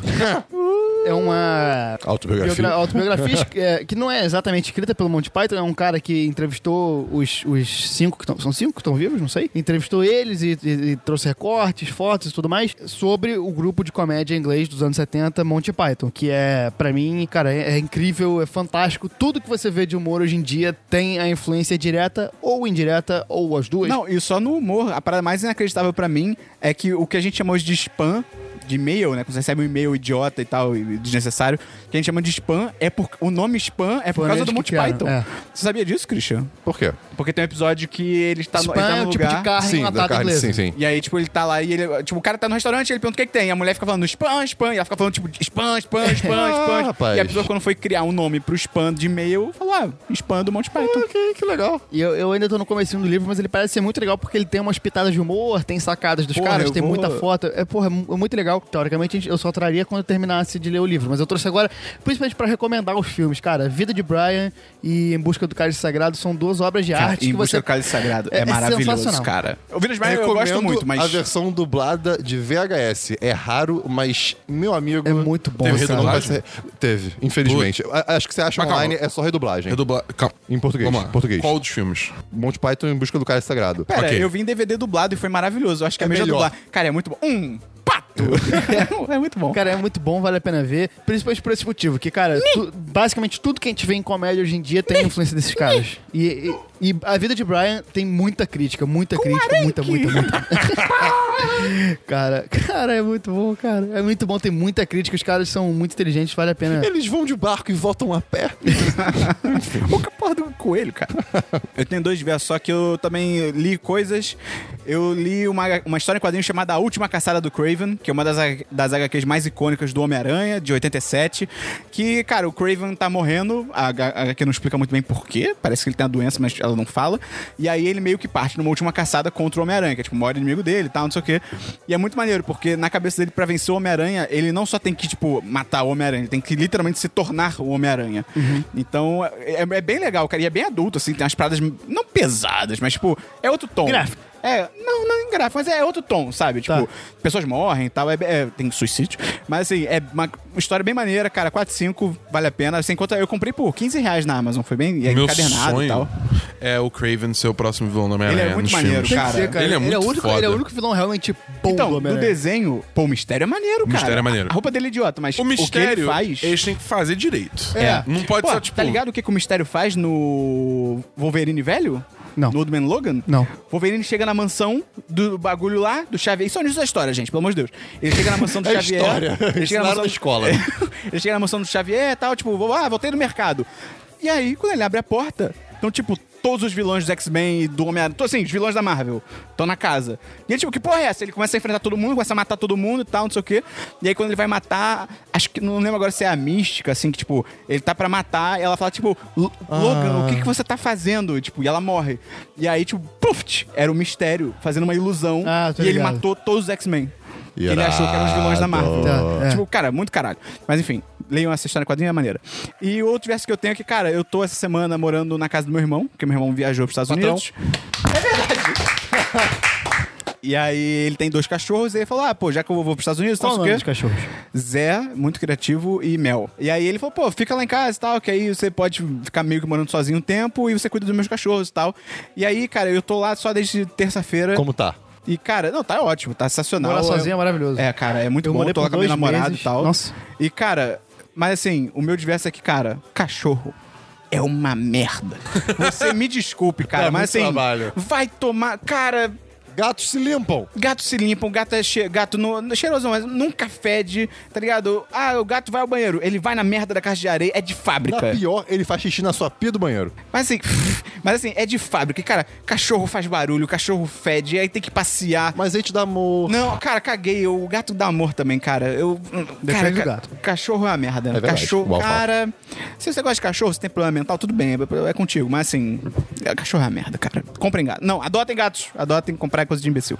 Speaker 3: é uma
Speaker 4: Autobiografia.
Speaker 3: biogra- autobiografia [laughs] que, é, que não é exatamente escrita pelo Monty Python, é um cara que entrevistou os, os cinco que estão. São cinco que estão vivos, não sei. Entrevistou eles e, e- e trouxe recortes, fotos e tudo mais sobre o grupo de comédia inglês dos anos 70, Monty Python, que é, pra mim, cara, é, é incrível, é fantástico. Tudo que você vê de humor hoje em dia tem a influência direta ou indireta, ou as duas.
Speaker 1: Não, e só no humor, a parada mais inacreditável pra mim é que o que a gente chama hoje de spam, de e-mail, né? Quando você recebe um e-mail idiota e tal, e desnecessário, que a gente chama de spam, é por, o nome spam é por
Speaker 3: Foram
Speaker 1: causa
Speaker 3: eles
Speaker 1: do
Speaker 3: que
Speaker 1: Monty
Speaker 3: criaram,
Speaker 1: Python.
Speaker 3: é.
Speaker 1: Você sabia disso, Christian?
Speaker 4: Por quê?
Speaker 1: Porque tem um episódio que ele está no, ele
Speaker 3: Spam
Speaker 1: tá
Speaker 3: é
Speaker 1: no
Speaker 3: o tipo
Speaker 1: lugar.
Speaker 3: de carne
Speaker 4: Sim, da
Speaker 3: enlatada
Speaker 4: carne,
Speaker 3: inglesa.
Speaker 4: sim, sim.
Speaker 1: E aí, tipo, ele tá lá e ele. Tipo, o cara tá no restaurante, ele pergunta o que, que tem. E a mulher fica falando spam, spam. E ela fica falando, tipo, spam,
Speaker 3: [laughs]
Speaker 1: spam, spam,
Speaker 3: Ah,
Speaker 1: spam.
Speaker 4: rapaz.
Speaker 1: E a pessoa, quando foi criar um nome pro spam de e-mail, falou, ah, spam do Monty Python.
Speaker 4: Ok, que legal.
Speaker 3: E eu, eu ainda tô no comecinho do livro, mas ele parece ser muito legal porque ele tem umas pitadas de humor, tem sacadas dos
Speaker 1: Porra,
Speaker 3: caras,
Speaker 1: eu
Speaker 3: tem
Speaker 1: vou-
Speaker 3: muita foto. É, porra, é mu- é muito legal. Teoricamente, a gente- eu só traria quando eu terminasse de ler o livro. Mas eu trouxe agora, principalmente pra recomendar os filmes, cara. Vida de Brian e Em Busca do Cálice Sagrado são duas obras de
Speaker 1: Cara,
Speaker 3: arte
Speaker 1: e
Speaker 3: que
Speaker 1: Busca
Speaker 3: você...
Speaker 1: do Cálice Sagrado é,
Speaker 3: É- é
Speaker 1: maravilhoso,
Speaker 3: sensacional.
Speaker 1: cara. O Village Brian eu gosto muito, mas.
Speaker 4: a versão dublada de VHS. É raro, mas, meu amigo...
Speaker 3: É muito bom,
Speaker 4: Teve
Speaker 3: cara.
Speaker 4: redublagem? Teve, infelizmente. A- Acho que você acha
Speaker 2: Mas calma.
Speaker 4: online, é só redublagem.
Speaker 2: Redubla... Calma.
Speaker 4: Em português,
Speaker 2: Vamos lá.
Speaker 4: português.
Speaker 2: Qual dos filmes?
Speaker 4: Monty Python em busca do Cálice Sagrado.
Speaker 1: Pera,
Speaker 2: Ok.
Speaker 1: eu vi em DVD dublado e foi maravilhoso. Eu acho que é, a
Speaker 4: É
Speaker 1: mesma
Speaker 4: melhor.
Speaker 1: dublagem. Cara, é muito bom. Um pato! [laughs] é muito bom.
Speaker 3: Cara, é muito bom, vale a pena ver. Principalmente por esse motivo, que, cara, tu- basicamente tudo que a gente vê em comédia hoje em dia tem influência desses caras. E, e- e a vida de Brian tem muita crítica, muita crítica, muita, muita, muita. cara, cara, é muito bom, cara. É muito bom, tem muita crítica, os caras são muito inteligentes, vale a pena.
Speaker 4: Eles vão de barco e voltam a pé.
Speaker 1: O que porra do coelho, cara? [laughs] eu tenho dois versos, só que eu também li coisas. Eu li uma, uma história em quadrinho chamada A Última Caçada do Craven, que é uma das, H- das HQs mais icônicas do Homem-Aranha, de 87. Que, cara, o Craven tá morrendo. A H- a HQ não explica muito bem porquê. Parece que ele tem a doença, mas ela não fala. E aí ele meio que parte numa última caçada contra o Homem-Aranha, que é tipo o maior inimigo dele e tal, não sei o quê. E é muito maneiro, porque na cabeça dele, pra vencer o Homem-Aranha, ele não só tem que, tipo, matar o Homem-Aranha, ele tem que literalmente se tornar o Homem-Aranha. Então, é, é bem legal, cara. E é bem adulto, assim, tem umas paradas não pesadas, mas, tipo, é outro tom.
Speaker 3: Gráfico.
Speaker 1: É, não, não em gráfico, mas é outro tom, sabe? Tipo, pessoas morrem e tal, é, é- tem suicídio. Mas assim, é uma história bem maneira, cara. 4, 5, vale a pena. Você encontra, eu comprei por 15 reais na Amazon, foi bem é
Speaker 2: Meu
Speaker 1: encadernado e tal.
Speaker 2: sonho é o Craven ser o próximo vilão do Homem-Aranha
Speaker 1: Ele é muito
Speaker 2: nos
Speaker 1: maneiro,
Speaker 2: filmes.
Speaker 1: Tem que cara. ser,
Speaker 2: Ele é muito
Speaker 3: o único,
Speaker 2: foda.
Speaker 3: ele é o único vilão realmente bom
Speaker 1: Então,
Speaker 3: do
Speaker 1: no
Speaker 3: Homem-Aranha.
Speaker 1: desenho, pô, o mistério é maneiro, cara.
Speaker 2: né? mistério é maneiro.
Speaker 1: A roupa dele é idiota, mas
Speaker 2: O mistério,
Speaker 1: que ele faz.
Speaker 2: eles têm que fazer direito.
Speaker 3: É.
Speaker 2: Não pode
Speaker 1: Pô,
Speaker 2: só, tipo...
Speaker 1: Tá ligado o que, que o mistério faz no Wolverine velho?
Speaker 3: Não.
Speaker 1: No Old Man Logan?
Speaker 3: Não.
Speaker 1: Wolverine chega na mansão do bagulho lá, do Xavier. Isso é o início da história, gente, pelo amor de Deus. Ele chega na mansão do
Speaker 4: [laughs] É
Speaker 1: Xavier.
Speaker 4: história.
Speaker 1: Ele chega na
Speaker 4: Ensinaram
Speaker 1: mansão
Speaker 4: na escola.
Speaker 1: [laughs] ele chega na mansão do Xavier e tal, tipo, vou- ah, voltei do mercado. E aí, quando ele abre a porta, então, tipo, todos os vilões dos X-Men e do Homem-Aranha. Então, assim, os vilões da Marvel estão na casa. E ele, tipo, que porra é essa? Ele começa a enfrentar todo mundo, começa a matar todo mundo e tal, não sei o quê. E aí, quando ele vai matar, acho que não lembro agora se é a mística, assim, que, tipo, ele tá pra matar, e ela fala, tipo, "Lo-
Speaker 4: Ah.
Speaker 1: Logan, o que,
Speaker 3: Ah.
Speaker 1: que você tá fazendo? Tipo, e ela morre. E aí, tipo, puf! Era o mistério, fazendo uma ilusão.
Speaker 3: Ah, tô
Speaker 1: e ele
Speaker 3: ligado.
Speaker 1: matou todos os X-Men. Ele achou que eram os vilões da Marvel.
Speaker 3: Irado. Tá, é.
Speaker 1: Tipo, cara, muito caralho. Mas enfim, leiam essa história em quadrinho é maneira. E o outro verso que eu tenho é que, cara, eu tô essa semana morando na casa do meu irmão, porque meu irmão viajou pros Estados
Speaker 2: Patrão.
Speaker 1: Unidos. É verdade. [laughs] E aí ele tem dois cachorros e ele falou: Ah, pô, já que eu vou pros Estados Unidos,
Speaker 3: Qual o
Speaker 1: não
Speaker 3: nome
Speaker 1: sei o
Speaker 3: dos
Speaker 1: quê.
Speaker 3: cachorros?
Speaker 1: Zé, muito criativo, e Mel. E aí ele falou, pô, fica lá em casa e tal, que aí você pode ficar meio que morando sozinho um tempo e você cuida dos meus cachorros e tal. E aí, cara, eu tô lá só desde terça-feira.
Speaker 4: Como tá?
Speaker 1: E, cara, não, tá ótimo, tá sensacional.
Speaker 3: Morar
Speaker 1: Eu-
Speaker 3: sozinho é maravilhoso.
Speaker 1: É, cara, é muito
Speaker 3: Eu
Speaker 1: bom.
Speaker 3: morei
Speaker 1: Eu tô
Speaker 3: por
Speaker 1: lá com meu
Speaker 3: dois
Speaker 1: namorado
Speaker 3: meses.
Speaker 1: e tal.
Speaker 3: Nossa.
Speaker 1: E, cara, mas assim, o meu diverso é que, cara, cachorro é uma
Speaker 4: [laughs]
Speaker 1: merda. Você me desculpe, cara,
Speaker 4: Dá
Speaker 1: mas
Speaker 4: É muito
Speaker 1: assim,
Speaker 4: trabalho.
Speaker 1: vai tomar. Cara,
Speaker 4: Gatos se limpam.
Speaker 1: gato se limpam, gato é che- gato no, no- cheiroso, mas nunca fede, tá ligado? Ah, o gato vai ao banheiro, ele vai na merda da caixa de areia, é de
Speaker 4: Na
Speaker 1: fábrica.
Speaker 4: pior, ele faz xixi na sua pia do banheiro.
Speaker 1: Mas assim, [laughs] mas assim, é de fábrica. E, cara, cachorro faz barulho, cachorro fede, aí tem que passear.
Speaker 4: Mas ele te dá amor.
Speaker 1: Não, cara, caguei. O gato dá amor também, cara. Eu. hum, cara,
Speaker 3: do
Speaker 1: ca-
Speaker 3: gato.
Speaker 1: Cachorro é uma merda.
Speaker 4: verdade.
Speaker 1: Cachorro,
Speaker 4: Uau, uau.
Speaker 1: cara. Se você gosta de cachorro, se tem problema mental, tudo bem, é, é contigo. Mas assim, é- cachorro é uma merda, cara. Comprem gato. Não, adotem gatos. Adotem comprar é coisa de imbecil.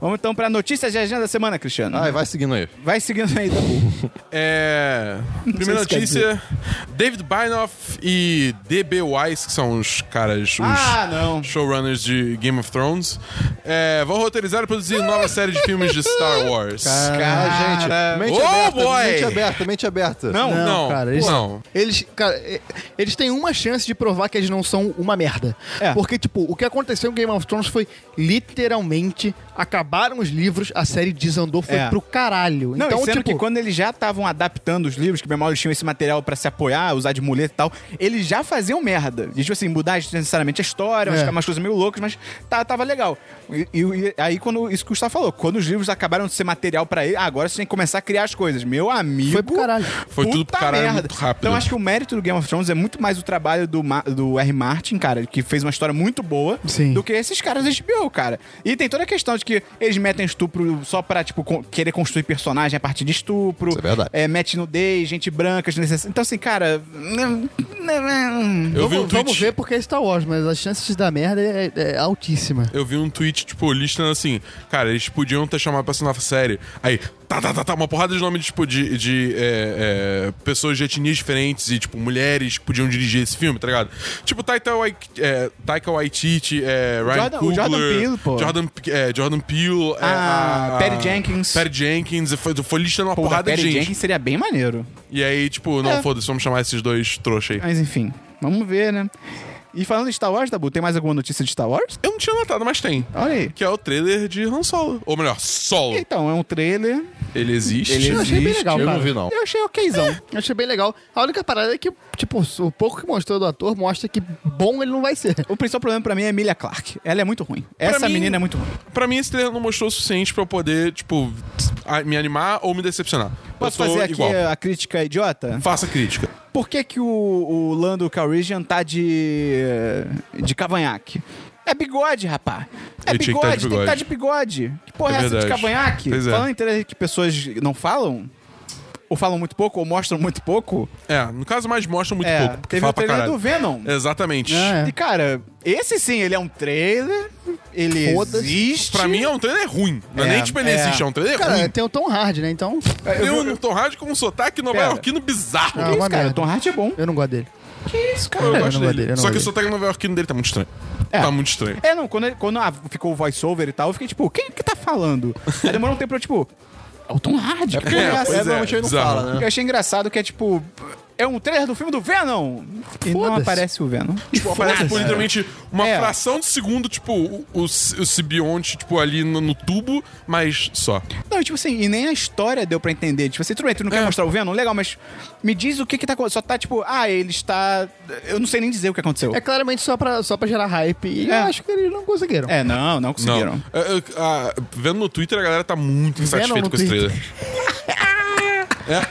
Speaker 1: Vamos então pra notícias de agenda da semana, Cristiano.
Speaker 4: Ai, vai seguindo aí.
Speaker 1: Vai seguindo aí, Dabu.
Speaker 2: É. Primeira
Speaker 1: sei se quer
Speaker 2: notícia: David Bynoff e DB Wise, que são os caras, os
Speaker 1: Ah, não.
Speaker 2: showrunners de Game of Thrones, é, vão roteirizar e produzir nova série de filmes de Star Wars.
Speaker 1: Cara.
Speaker 4: gente. Mente
Speaker 2: Oh,
Speaker 4: aberta,
Speaker 2: boy!
Speaker 4: mente aberta, mente aberta.
Speaker 2: Não, não, não.
Speaker 3: cara, eles,
Speaker 2: não.
Speaker 3: Eles, cara, e- eles têm uma chance de provar que eles não são uma merda.
Speaker 1: É.
Speaker 3: Porque, tipo, o que aconteceu em Game of Thrones foi literalmente acabaram os livros, a série desandou, foi
Speaker 1: É.
Speaker 3: pro caralho.
Speaker 1: Não,
Speaker 3: então,
Speaker 1: e sendo
Speaker 3: tipo,
Speaker 1: que quando eles já estavam adaptando os livros, que bem ou mal eles tinham esse material pra se apoiar, usar de muleta e tal, eles já faziam merda. E, tipo assim, mudar necessariamente a história, umas-
Speaker 3: É.
Speaker 1: umas coisas meio loucas, mas tá- tava legal. E, e- e aí, quando isso que o Gustavo falou, quando os livros acabaram de ser material pra ele, ah, agora você tem que começar a criar as coisas. Meu amigo.
Speaker 3: Foi pro caralho.
Speaker 2: Foi tudo
Speaker 1: puta
Speaker 2: pro caralho
Speaker 1: merda.
Speaker 2: muito rápido.
Speaker 1: Então acho que o mérito do Game of Thrones é muito mais o trabalho do, Ma- do R. Martin, cara, que fez uma história muito boa,
Speaker 3: Sim.
Speaker 1: do que esses caras da HBO, cara. E tem toda a questão de que eles metem estupro só pra, tipo, con- querer construir personagem a partir de estupro.
Speaker 4: Isso é verdade.
Speaker 1: É, mete nudez, gente branca, desnecessária. Então, assim, cara. hum, não- não-
Speaker 2: Eu vi um
Speaker 3: vamos,
Speaker 2: tweet.
Speaker 3: vamos ver porque é Star Wars, mas as chances da merda é, é altíssima.
Speaker 2: Eu vi um tweet, tipo, listando assim, cara, eles podiam ter chamado pra essa nova série. Aí, tá, tá, tá, tá, uma porrada de nome, tipo, de, de é, é, pessoas de etnias diferentes e, tipo, mulheres que podiam dirigir esse filme, tá ligado? Tipo, Taika Waititi, é, Taika Waititi é, Ryan
Speaker 1: Jordan- o
Speaker 2: Coogler,
Speaker 1: Jordan Peele, pô.
Speaker 2: Jordan, é, Jordan Peele, é,
Speaker 1: Ah,
Speaker 2: a-
Speaker 1: Patty Jenkins.
Speaker 2: Patty Jenkins, foi, foi listando uma
Speaker 1: Pô, da
Speaker 2: porrada de
Speaker 1: Perry
Speaker 2: gente.
Speaker 1: Jenkins É. seria bem maneiro.
Speaker 2: E aí, tipo, não, foda-se, vamos chamar esses dois trouxa aí.
Speaker 1: Mas enfim, vamos ver, né? E falando de Star Wars, Dabu, tem mais alguma notícia de Star Wars?
Speaker 2: Eu não tinha notado, mas tem.
Speaker 1: Olha aí.
Speaker 2: Que é o trailer de Han Solo. Ou melhor, Solo.
Speaker 1: Então, é um trailer.
Speaker 2: Ele existe.
Speaker 1: Ele
Speaker 3: Eu achei bem
Speaker 1: existe.
Speaker 3: legal,
Speaker 4: Eu
Speaker 3: cara.
Speaker 4: não vi, não.
Speaker 1: Eu achei okzão.
Speaker 3: Eu achei bem legal. A única parada é que, tipo, o pouco que mostrou do ator mostra que bom ele não vai ser.
Speaker 1: O principal problema pra mim é Emilia Clarke. Ela é muito ruim. Essa
Speaker 2: mim-
Speaker 1: menina é muito ruim.
Speaker 2: Pra mim, esse trailer não mostrou o suficiente pra eu poder, tipo, a- me animar ou me decepcionar.
Speaker 1: Posso
Speaker 2: eu tô
Speaker 1: fazer aqui é,
Speaker 2: igual.
Speaker 1: a crítica idiota?
Speaker 2: Faça crítica.
Speaker 1: Por que, que o, o Lando Calrissian tá de. de cavanhaque? É bigode, rapá. É
Speaker 2: Ele tinha que tá
Speaker 1: bigode,
Speaker 2: de
Speaker 1: tem que estar de bigode. Que porra é,
Speaker 2: É
Speaker 1: essa de
Speaker 2: verdade.
Speaker 1: cavanhaque?
Speaker 2: Pois é.
Speaker 1: Falando em trailer que pessoas não falam, ou falam muito pouco, ou mostram muito pouco.
Speaker 2: É, no caso, mais mostra muito
Speaker 1: é,
Speaker 2: pouco. porque
Speaker 1: teve
Speaker 2: fala
Speaker 1: o
Speaker 2: pra
Speaker 1: trailer do
Speaker 2: caralho.
Speaker 1: Venom. Ah,
Speaker 2: Exatamente.
Speaker 3: É.
Speaker 1: E cara, esse sim, ele é um trailer, ele
Speaker 3: Foda-se.
Speaker 1: existe.
Speaker 2: Pra mim, é um trailer ruim. Não é,
Speaker 1: É,
Speaker 2: nem tipo ele
Speaker 1: é.
Speaker 2: existe, é um trailer
Speaker 3: Cara,
Speaker 2: ruim.
Speaker 3: tem o Tom Hardy, né? Então,
Speaker 2: Tem um Tom Hardy com um sotaque nova-iorquino bizarro.
Speaker 3: Ah,
Speaker 1: Que isso,
Speaker 3: uma
Speaker 1: cara,
Speaker 3: merda.
Speaker 1: Tom Hardy é bom.
Speaker 3: eu não gosto dele.
Speaker 1: Que isso, cara?
Speaker 2: Eu
Speaker 3: eu
Speaker 2: gosto
Speaker 3: não gosto
Speaker 2: dele.
Speaker 3: dele, eu não
Speaker 2: Só que o
Speaker 3: gosto
Speaker 2: sotaque nova-iorquino dele tá muito estranho.
Speaker 1: É.
Speaker 2: Tá muito estranho.
Speaker 1: É, não, quando, ele- quando ah, ficou o voice-over e tal, eu fiquei tipo, quem que tá falando? Aí demorou um tempo pra eu, tipo, é o Tom Hardy. É
Speaker 2: é, pois é,
Speaker 4: normalmente ele não
Speaker 2: bizarro.
Speaker 4: fala, né?
Speaker 1: Eu achei engraçado que é tipo, é um trailer do filme do Venom! E não
Speaker 3: Foda-se.
Speaker 1: aparece o Venom.
Speaker 2: Tipo, aparece por literalmente uma
Speaker 1: É.
Speaker 2: fração de segundo, tipo, o, o, o simbionte, tipo, ali no, no tubo, mas só.
Speaker 1: Não, e, tipo assim, e nem a história deu pra entender. Tipo assim, tudo bem, tu não quer mostrar o Venom? Legal, mas me diz o que que tá acontecendo. Só tá tipo, ah, ele está... Eu não sei nem dizer o que aconteceu.
Speaker 3: É claramente só pra, só pra gerar hype. E
Speaker 1: É.
Speaker 3: eu acho que eles não conseguiram.
Speaker 1: É, não, não conseguiram.
Speaker 2: Não. Eu- eu- ah, vendo no Twitter, a galera tá muito insatisfeita
Speaker 3: no
Speaker 2: com esse
Speaker 3: Twitter.
Speaker 2: trailer. [laughs] É.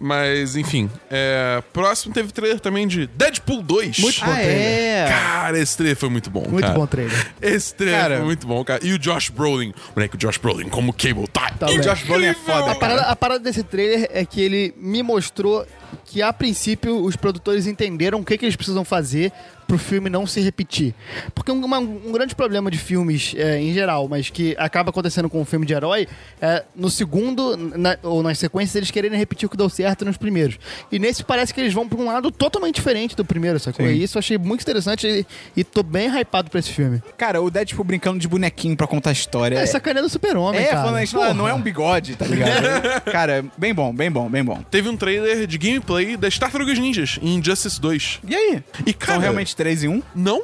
Speaker 2: Mas, enfim. é, próximo teve trailer também de Deadpool 2.
Speaker 3: Muito bom
Speaker 1: Ah,
Speaker 3: trailer.
Speaker 1: é?
Speaker 2: Cara, esse trailer foi muito bom.
Speaker 3: Muito
Speaker 2: cara.
Speaker 3: bom trailer.
Speaker 2: Esse trailer
Speaker 1: Cara.
Speaker 2: foi muito bom, cara. E o Josh Brolin. Moleque, o Josh Brolin, como Cable, tá.
Speaker 3: bem.
Speaker 2: incrível.
Speaker 1: O Josh Brolin é foda,
Speaker 3: A parada, a parada desse trailer é que ele me mostrou que, a princípio, os produtores entenderam o que, que eles precisam fazer pro filme não se repetir. Porque um, uma- um grande problema de filmes é, em geral, mas que acaba acontecendo com o filme de herói, é no segundo na- ou nas sequências eles quererem repetir o que deu certo nos primeiros. E nesse parece que eles vão pra um lado totalmente diferente do primeiro, sacou? E isso eu achei muito interessante e, e tô bem hypado pra esse filme.
Speaker 1: Cara, o Deadpool brincando de bonequinho pra contar a história.
Speaker 3: É, sacaneia do super-homem,
Speaker 1: É,
Speaker 3: cara.
Speaker 1: falando isso,
Speaker 3: Porra.
Speaker 1: não é um bigode, tá
Speaker 2: [laughs]
Speaker 1: ligado? cara, bem bom, bem bom, bem bom.
Speaker 2: Teve um trailer de gameplay das Tartarugas Ninjas em Injustice 2.
Speaker 1: E aí?
Speaker 2: E, cara,
Speaker 1: São realmente três em um?
Speaker 2: Não.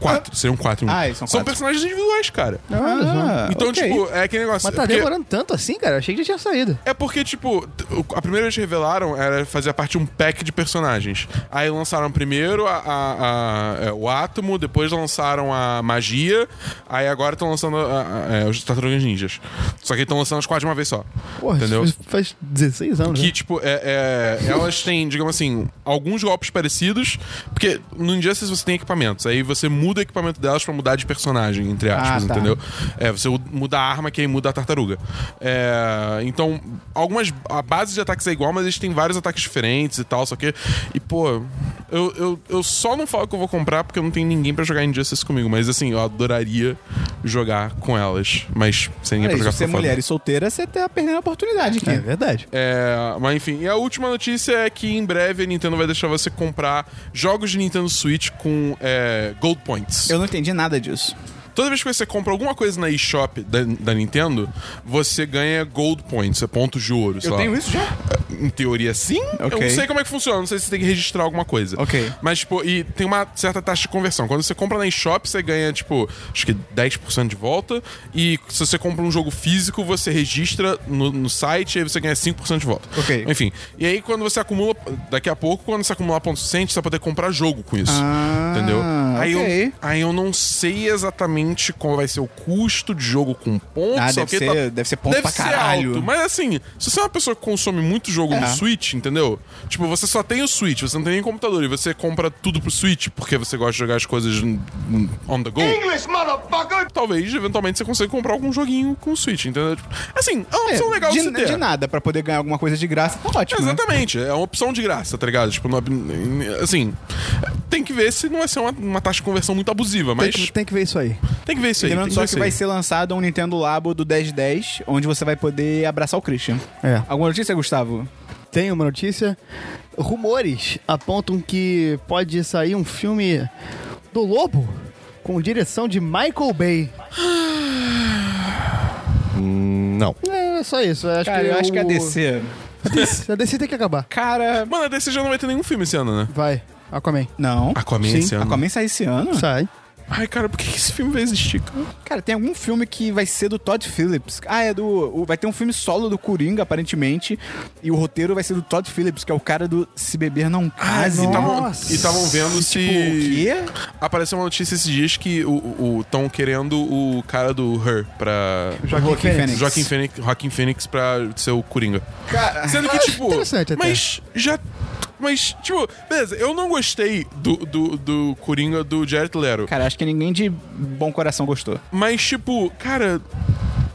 Speaker 2: Quatro. Seriam quatro. um.
Speaker 1: Ah, eles são quatro.
Speaker 2: personagens individuais, cara.
Speaker 1: Ah,
Speaker 2: Então,
Speaker 1: ok.
Speaker 2: tipo, é aquele negócio.
Speaker 3: Mas tá
Speaker 2: é porque-
Speaker 3: demorando tanto assim, cara? Achei que já tinha saído.
Speaker 2: É porque, tipo, t- o- a primeira vez que revelaram era fazer parte de um pack de personagens. Aí lançaram primeiro a- a- a- é, o Átomo, depois lançaram a Magia, aí agora estão lançando a- a- é, os Tartarugas Ninjas. Só que estão lançando as quatro de uma vez só.
Speaker 3: Porra,
Speaker 2: entendeu?
Speaker 3: isso faz 16 anos.
Speaker 2: Que,
Speaker 3: né?
Speaker 2: tipo, é, é- elas têm, digamos assim, alguns golpes parecidos, porque no Injustice você tem equipamentos, aí você muda o equipamento delas pra mudar de personagem, entre aspas,
Speaker 1: Ah, tá.
Speaker 2: entendeu? É, você u- muda a arma que aí muda a tartaruga. É, então, algumas. A base de ataques é igual, mas eles têm vários ataques diferentes e tal, só que. E, pô, eu, eu, eu só não falo que eu vou comprar porque eu não tenho ninguém pra jogar Injustice comigo, mas assim, eu adoraria jogar com elas, mas sem
Speaker 1: Olha
Speaker 2: ninguém pra
Speaker 1: isso,
Speaker 2: jogar
Speaker 1: você é
Speaker 2: fica foda.
Speaker 1: mulher e solteira, você tá perdendo a oportunidade aqui.
Speaker 3: É verdade.
Speaker 2: É, mas enfim, e a última notícia é que em breve a Nintendo vai deixar você comprar jogos de Nintendo Switch com é, Gold Points.
Speaker 1: Eu não entendi nada disso.
Speaker 2: Toda vez que você compra alguma coisa na eShop da, da Nintendo, você ganha Gold Points, é pontos de ouro. sei lá.
Speaker 1: isso já?
Speaker 2: Em teoria, sim. Eu
Speaker 1: Ok.
Speaker 2: não sei como é que funciona, não sei se você tem que registrar alguma coisa.
Speaker 1: Ok.
Speaker 2: Mas, tipo, e tem uma certa taxa de conversão. Quando você compra na eShop, você ganha, tipo, acho que 10% de volta. E se você compra um jogo físico, você registra no, no site e aí você ganha 5% de volta.
Speaker 1: Ok.
Speaker 2: Enfim. E aí, quando você acumula, daqui a pouco, quando você acumular pontos suficientes, você vai poder comprar jogo com isso.
Speaker 1: Ah,
Speaker 2: entendeu? Aí, eu,
Speaker 1: ok.
Speaker 2: aí eu não sei exatamente qual vai ser o custo de jogo com pontos.
Speaker 1: Ah,
Speaker 2: sei o
Speaker 1: deve
Speaker 2: quê,
Speaker 1: ser, deve ser ponto pra caralho.
Speaker 2: tá- alto, mas assim, se você é uma pessoa que consome muito jogo no
Speaker 1: É.
Speaker 2: Switch, entendeu? Tipo, você só tem o Switch, você não tem nem computador e você compra tudo pro Switch porque você gosta de jogar as coisas n- n- on the go. Talvez, eventualmente, você consiga comprar algum joguinho com o Switch, entendeu? Tipo, Assim, é uma opção legal de,
Speaker 1: de,
Speaker 2: se ter.
Speaker 1: de nada, pra poder ganhar alguma coisa de graça, tá ótimo. né?
Speaker 2: Exatamente, é uma opção de graça, tá ligado? Tipo, não é- assim, tem que ver se não vai ser uma, uma taxa de conversão muito abusiva,
Speaker 3: Tem
Speaker 2: mas
Speaker 3: que,
Speaker 2: tem,
Speaker 3: tem que ver isso aí.
Speaker 2: que ver isso aí.
Speaker 1: Lembrando
Speaker 2: tem
Speaker 1: só
Speaker 2: ver
Speaker 1: que
Speaker 2: isso
Speaker 1: vai
Speaker 2: aí.
Speaker 1: ser lançado um Nintendo Labo do 1010, onde você vai poder abraçar o Christian.
Speaker 3: É.
Speaker 1: Alguma notícia, Gustavo?
Speaker 3: Tem uma notícia. Rumores apontam que pode sair um filme do Lobo com direção de Michael Bay.
Speaker 4: Não.
Speaker 3: É só isso. Acho
Speaker 1: Hum, Cara,
Speaker 3: que
Speaker 1: eu acho que é
Speaker 3: o-
Speaker 1: a DC.
Speaker 3: [laughs] A DC tem que acabar.
Speaker 1: Cara.
Speaker 2: Mano, a DC já não vai ter nenhum filme esse ano, né?
Speaker 3: Vai, Aquaman.
Speaker 1: Não.
Speaker 2: Aquaman
Speaker 3: Sim,
Speaker 2: é esse ano.
Speaker 1: Aquaman sai esse ano?
Speaker 3: Sai.
Speaker 2: Ai, cara, por que que esse filme vai existir, cara?
Speaker 1: Cara, tem algum filme que vai ser do Todd Phillips. Ah, é do. o- vai ter um filme solo do Coringa, aparentemente. E o roteiro vai ser do Todd Phillips, que é o cara do Se Beber Não Case.
Speaker 2: É,
Speaker 1: Então,
Speaker 2: E tavam-
Speaker 3: Ah, Nossa.
Speaker 2: E estavam vendo se.
Speaker 1: Tipo, o quê?
Speaker 2: Apareceu uma notícia esses dias que estão querendo o cara do Her pra.
Speaker 1: Joaquim
Speaker 3: Joaquim Phoenix.
Speaker 1: Phoenix.
Speaker 2: Joaquim Phoenix, Joaquin Phoenix pra ser o Coringa.
Speaker 1: Cara,
Speaker 2: Sendo que, tipo.
Speaker 3: interessante até.
Speaker 2: Mas já. Mas, tipo, beleza, eu não gostei do, do, do Coringa do Jared Lero.
Speaker 1: cara, acho que ninguém de bom coração gostou.
Speaker 2: Mas, tipo, cara.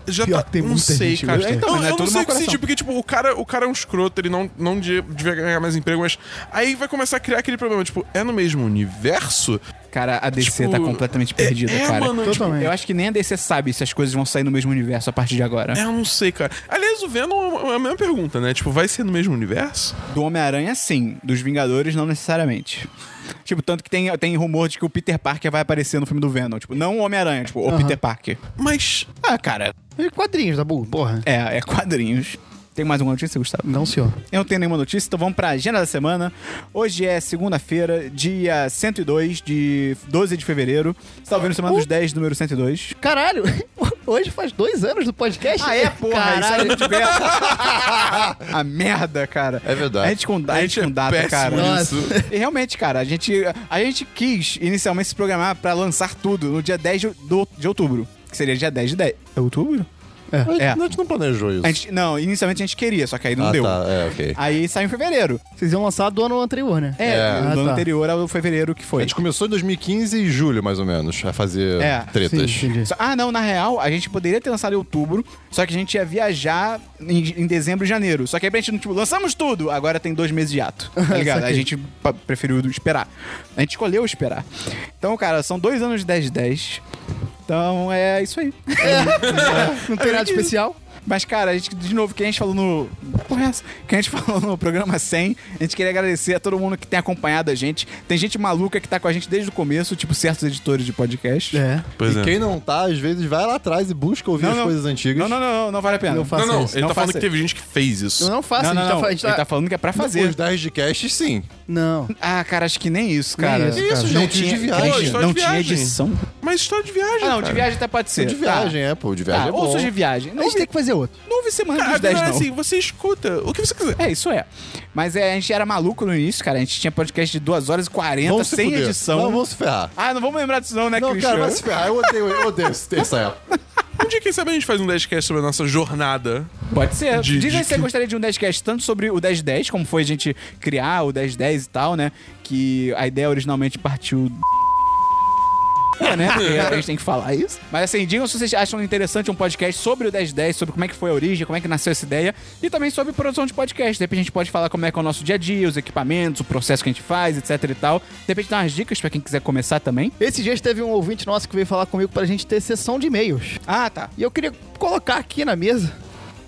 Speaker 2: Já
Speaker 3: Pior
Speaker 2: tá,
Speaker 3: que tem
Speaker 2: não
Speaker 3: muita
Speaker 2: sei,
Speaker 3: gente
Speaker 2: cara.
Speaker 1: gostando. Então,
Speaker 2: eu
Speaker 1: mas é
Speaker 2: eu não
Speaker 1: todo
Speaker 2: sei
Speaker 1: mau
Speaker 2: o que
Speaker 1: coração.
Speaker 2: sentir, porque, tipo, o cara, o cara é um escroto, ele não, não de- devia ganhar mais emprego, mas aí vai começar a criar aquele problema, tipo, é no mesmo universo?
Speaker 1: Cara, a DC
Speaker 2: Tipo,
Speaker 1: tá completamente perdida,
Speaker 2: é,
Speaker 1: cara.
Speaker 2: mano, tipo,
Speaker 3: Totalmente.
Speaker 1: Eu acho que nem a DC sabe se as coisas vão sair no mesmo universo a partir de agora.
Speaker 2: É, eu não sei, cara. Aliás, o Venom é a mesma pergunta, né? Tipo, vai ser no mesmo universo?
Speaker 1: Do Homem-Aranha, sim. Dos Vingadores, não necessariamente. Tipo, tanto que tem, tem rumor de que o Peter Parker vai aparecer no filme do Venom. Tipo, não o Homem-Aranha, tipo, o Peter Parker.
Speaker 2: Mas.
Speaker 1: Ah, cara,
Speaker 3: E quadrinhos da Bull, porra.
Speaker 1: é, é quadrinhos. Tem mais alguma notícia, Gustavo?
Speaker 3: Não, senhor.
Speaker 1: Eu não tenho nenhuma notícia, então vamos pra agenda da semana. Hoje é segunda-feira, dia 102 de 12 de fevereiro. Você tá ouvindo Semana dos 10, número 102.
Speaker 3: Caralho, [laughs] hoje faz dois anos do podcast. né? Caralho.
Speaker 1: Caralho, Ah, é, isso a, gente [laughs] a merda, cara.
Speaker 4: É verdade.
Speaker 1: A gente com, a
Speaker 2: A
Speaker 1: gente
Speaker 2: gente
Speaker 1: com
Speaker 2: é
Speaker 1: data,
Speaker 2: péssimo
Speaker 1: cara.
Speaker 3: nisso. Nossa.
Speaker 1: E realmente, cara, a gente, a gente quis inicialmente se programar pra lançar tudo no dia 10 de, do- de outubro. Que seria dia 10 de 10. É outubro?
Speaker 4: A gente,
Speaker 1: É.
Speaker 4: a gente não planejou isso.
Speaker 1: A gente, não, inicialmente a gente queria, só que aí não
Speaker 4: ah,
Speaker 1: deu.
Speaker 4: tá. É, ok.
Speaker 1: Aí saiu em fevereiro.
Speaker 3: Vocês iam lançar do ano anterior, né?
Speaker 1: É,
Speaker 4: É.
Speaker 1: do
Speaker 3: Ah,
Speaker 1: ano
Speaker 3: tá.
Speaker 1: anterior ao fevereiro que
Speaker 4: A
Speaker 1: foi.
Speaker 4: gente começou em 2015, em julho, mais ou menos, a fazer
Speaker 1: É,
Speaker 3: Sim,
Speaker 4: tretas.
Speaker 3: entendi.
Speaker 1: Só- Ah, não, na real, a gente poderia ter lançado em outubro, só que a gente ia viajar em, em dezembro e janeiro. Só que aí a gente não, tipo, lançamos tudo, agora tem dois meses de ato,
Speaker 3: [laughs]
Speaker 1: tá ligado? a gente pa- preferiu esperar. A gente escolheu esperar. Então, cara, são dois anos de 10 de 10. Então, é isso aí.
Speaker 3: Não tem nada especial.
Speaker 1: Mas, cara, a gente, de novo, que a gente falou no. Porra, é essa? Que a gente [laughs] falou no programa 100. A gente queria agradecer a todo mundo que tem acompanhado a gente. Tem gente maluca que tá com a gente desde o começo, tipo certos editores de podcast.
Speaker 3: É.
Speaker 2: Pois
Speaker 4: e
Speaker 2: é.
Speaker 4: quem não tá, às vezes, vai lá atrás e busca ouvir
Speaker 1: Não,
Speaker 4: as
Speaker 1: não.
Speaker 4: coisas antigas.
Speaker 1: Não, não, não, não, não vale a pena.
Speaker 3: Não
Speaker 2: Não,
Speaker 3: faça
Speaker 2: não,
Speaker 3: isso.
Speaker 2: ele
Speaker 1: Não
Speaker 2: tá falando
Speaker 1: faça
Speaker 2: que teve gente que fez
Speaker 3: Eu
Speaker 2: isso.
Speaker 3: não faço,
Speaker 1: Não, não,
Speaker 3: a gente
Speaker 1: não.
Speaker 3: tá, a gente
Speaker 1: Ele tá falando que é pra fazer.
Speaker 4: Os 10 de cast, sim.
Speaker 3: Não.
Speaker 1: Ah, cara, acho que nem isso, cara.
Speaker 3: isso,
Speaker 1: Cara,
Speaker 3: cara.
Speaker 1: Não
Speaker 4: Gente,
Speaker 1: tinha
Speaker 4: de
Speaker 1: Christian,
Speaker 4: viagem.
Speaker 2: Pô,
Speaker 1: Não
Speaker 2: história de
Speaker 1: tinha
Speaker 2: viagem.
Speaker 1: edição.
Speaker 2: Mas história de viagem.
Speaker 1: Ah, não, de
Speaker 2: cara.
Speaker 1: viagem até pode ser.
Speaker 4: De viagem, é, pô. De viagem
Speaker 1: Tá,
Speaker 4: é bom.
Speaker 1: ouço de viagem.
Speaker 3: A
Speaker 1: Não,
Speaker 3: gente tem que fazer outro.
Speaker 1: não ouvi semana
Speaker 2: Cara, a
Speaker 1: dos 10,
Speaker 2: verdade é
Speaker 1: não.
Speaker 2: assim, você escuta o que você quiser.
Speaker 1: É, isso é. Mas é, a gente era maluco no início, cara. A gente tinha podcast de 2 horas e 40,
Speaker 4: Vamos se
Speaker 1: sem
Speaker 4: fuder.
Speaker 1: edição.
Speaker 4: Não, vamos se ferrar.
Speaker 1: Ah, não vamos lembrar disso não, né,
Speaker 4: Não,
Speaker 1: Christian?
Speaker 4: cara, vai se ferrar. Eu odeio, eu odeio esse- é. essa
Speaker 1: [laughs]
Speaker 4: época.
Speaker 2: Um dia, quem sabe, a gente faz um 10cast sobre a nossa jornada.
Speaker 1: Pode ser.
Speaker 2: De-
Speaker 1: Diz aí
Speaker 2: de
Speaker 1: se você gostaria de um 10cast tanto sobre o 1010, como foi a gente criar o 1010 e tal, né? Que a ideia originalmente partiu... culpa, [laughs] né? Porque a gente tem que falar isso. Mas assim, digam se vocês acham interessante um podcast sobre o 1010, sobre como é que foi a origem, como é que nasceu essa ideia, e também sobre produção de podcast. De repente a gente pode falar como é que é o nosso dia a dia, os equipamentos, o processo que a gente faz, etc e tal. De repente dar umas dicas pra quem quiser começar também.
Speaker 3: Esses dias teve um ouvinte nosso que veio falar comigo pra gente ter sessão de e-mails.
Speaker 1: Ah, tá.
Speaker 3: E eu queria colocar aqui na mesa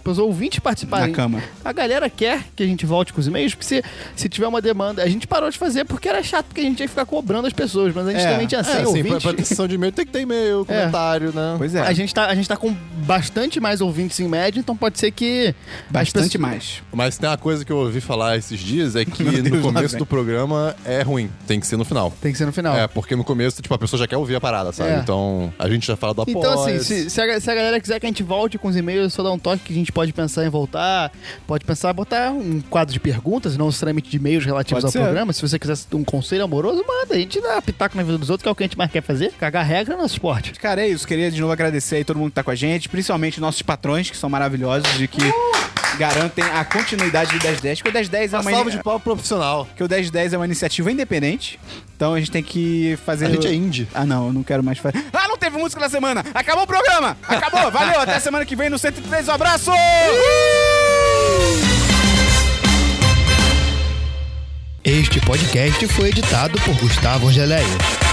Speaker 3: para os ouvintes participarem.
Speaker 1: Na cama.
Speaker 3: A galera quer que a gente volte com os e-mails, porque se, se tiver uma demanda. A gente parou de fazer porque era chato, porque a gente ia ficar cobrando as pessoas, mas a gente
Speaker 1: É,
Speaker 3: também tinha 100
Speaker 4: É, assim, pra,
Speaker 3: ouvintes.
Speaker 4: pra ter sessão de e-mail tem que ter e-mail, comentário, né?
Speaker 1: Pois é.
Speaker 3: A, gente tá, a gente tá com bastante mais ouvintes em média, então pode ser que. as
Speaker 1: Bastante
Speaker 3: pessoas-
Speaker 1: mais.
Speaker 4: Mas tem uma coisa que eu ouvi falar esses dias,
Speaker 1: [laughs]
Speaker 4: é que
Speaker 1: Meu Deus,
Speaker 4: no
Speaker 1: lá
Speaker 4: começo
Speaker 1: vem.
Speaker 4: do programa é ruim, tem que ser no final.
Speaker 3: Tem que ser no
Speaker 1: Ah.
Speaker 3: final.
Speaker 4: É, porque no começo, tipo, a pessoa já quer ouvir a parada, sabe?
Speaker 3: É.
Speaker 4: Então, a gente já fala do apoio.
Speaker 3: Então, assim, se, se a, se a galera quiser que a gente volte com os e-mails, é só dar um toque que a gente pode pensar em voltar. Pode pensar em botar um quadro de perguntas, não necessariamente de e-mails relativos
Speaker 1: Pode
Speaker 3: ao
Speaker 1: ser.
Speaker 3: programa. Se você quiser um conselho amoroso, manda. A gente dá pitaco na vida dos outros, que é o que a gente mais quer fazer. Cagar regra é nosso esporte.
Speaker 1: Cara, é isso. Queria de novo agradecer aí todo mundo que tá com a gente, principalmente nossos patrões, que são maravilhosos e que garantem a continuidade do 1010, porque o 1010 é
Speaker 4: uma
Speaker 1: uma...
Speaker 4: salva de pau profissional.
Speaker 1: que o 1010 é uma iniciativa independente, então a gente tem que fazer...
Speaker 4: A gente é indie.
Speaker 1: Ah, não, eu não quero mais fazer. Ah, não teve música na semana! Acabou o programa! Acabou! Valeu! Até semana que vem no 103. Um abraço!
Speaker 3: Este podcast foi editado por Gustavo Angeléia.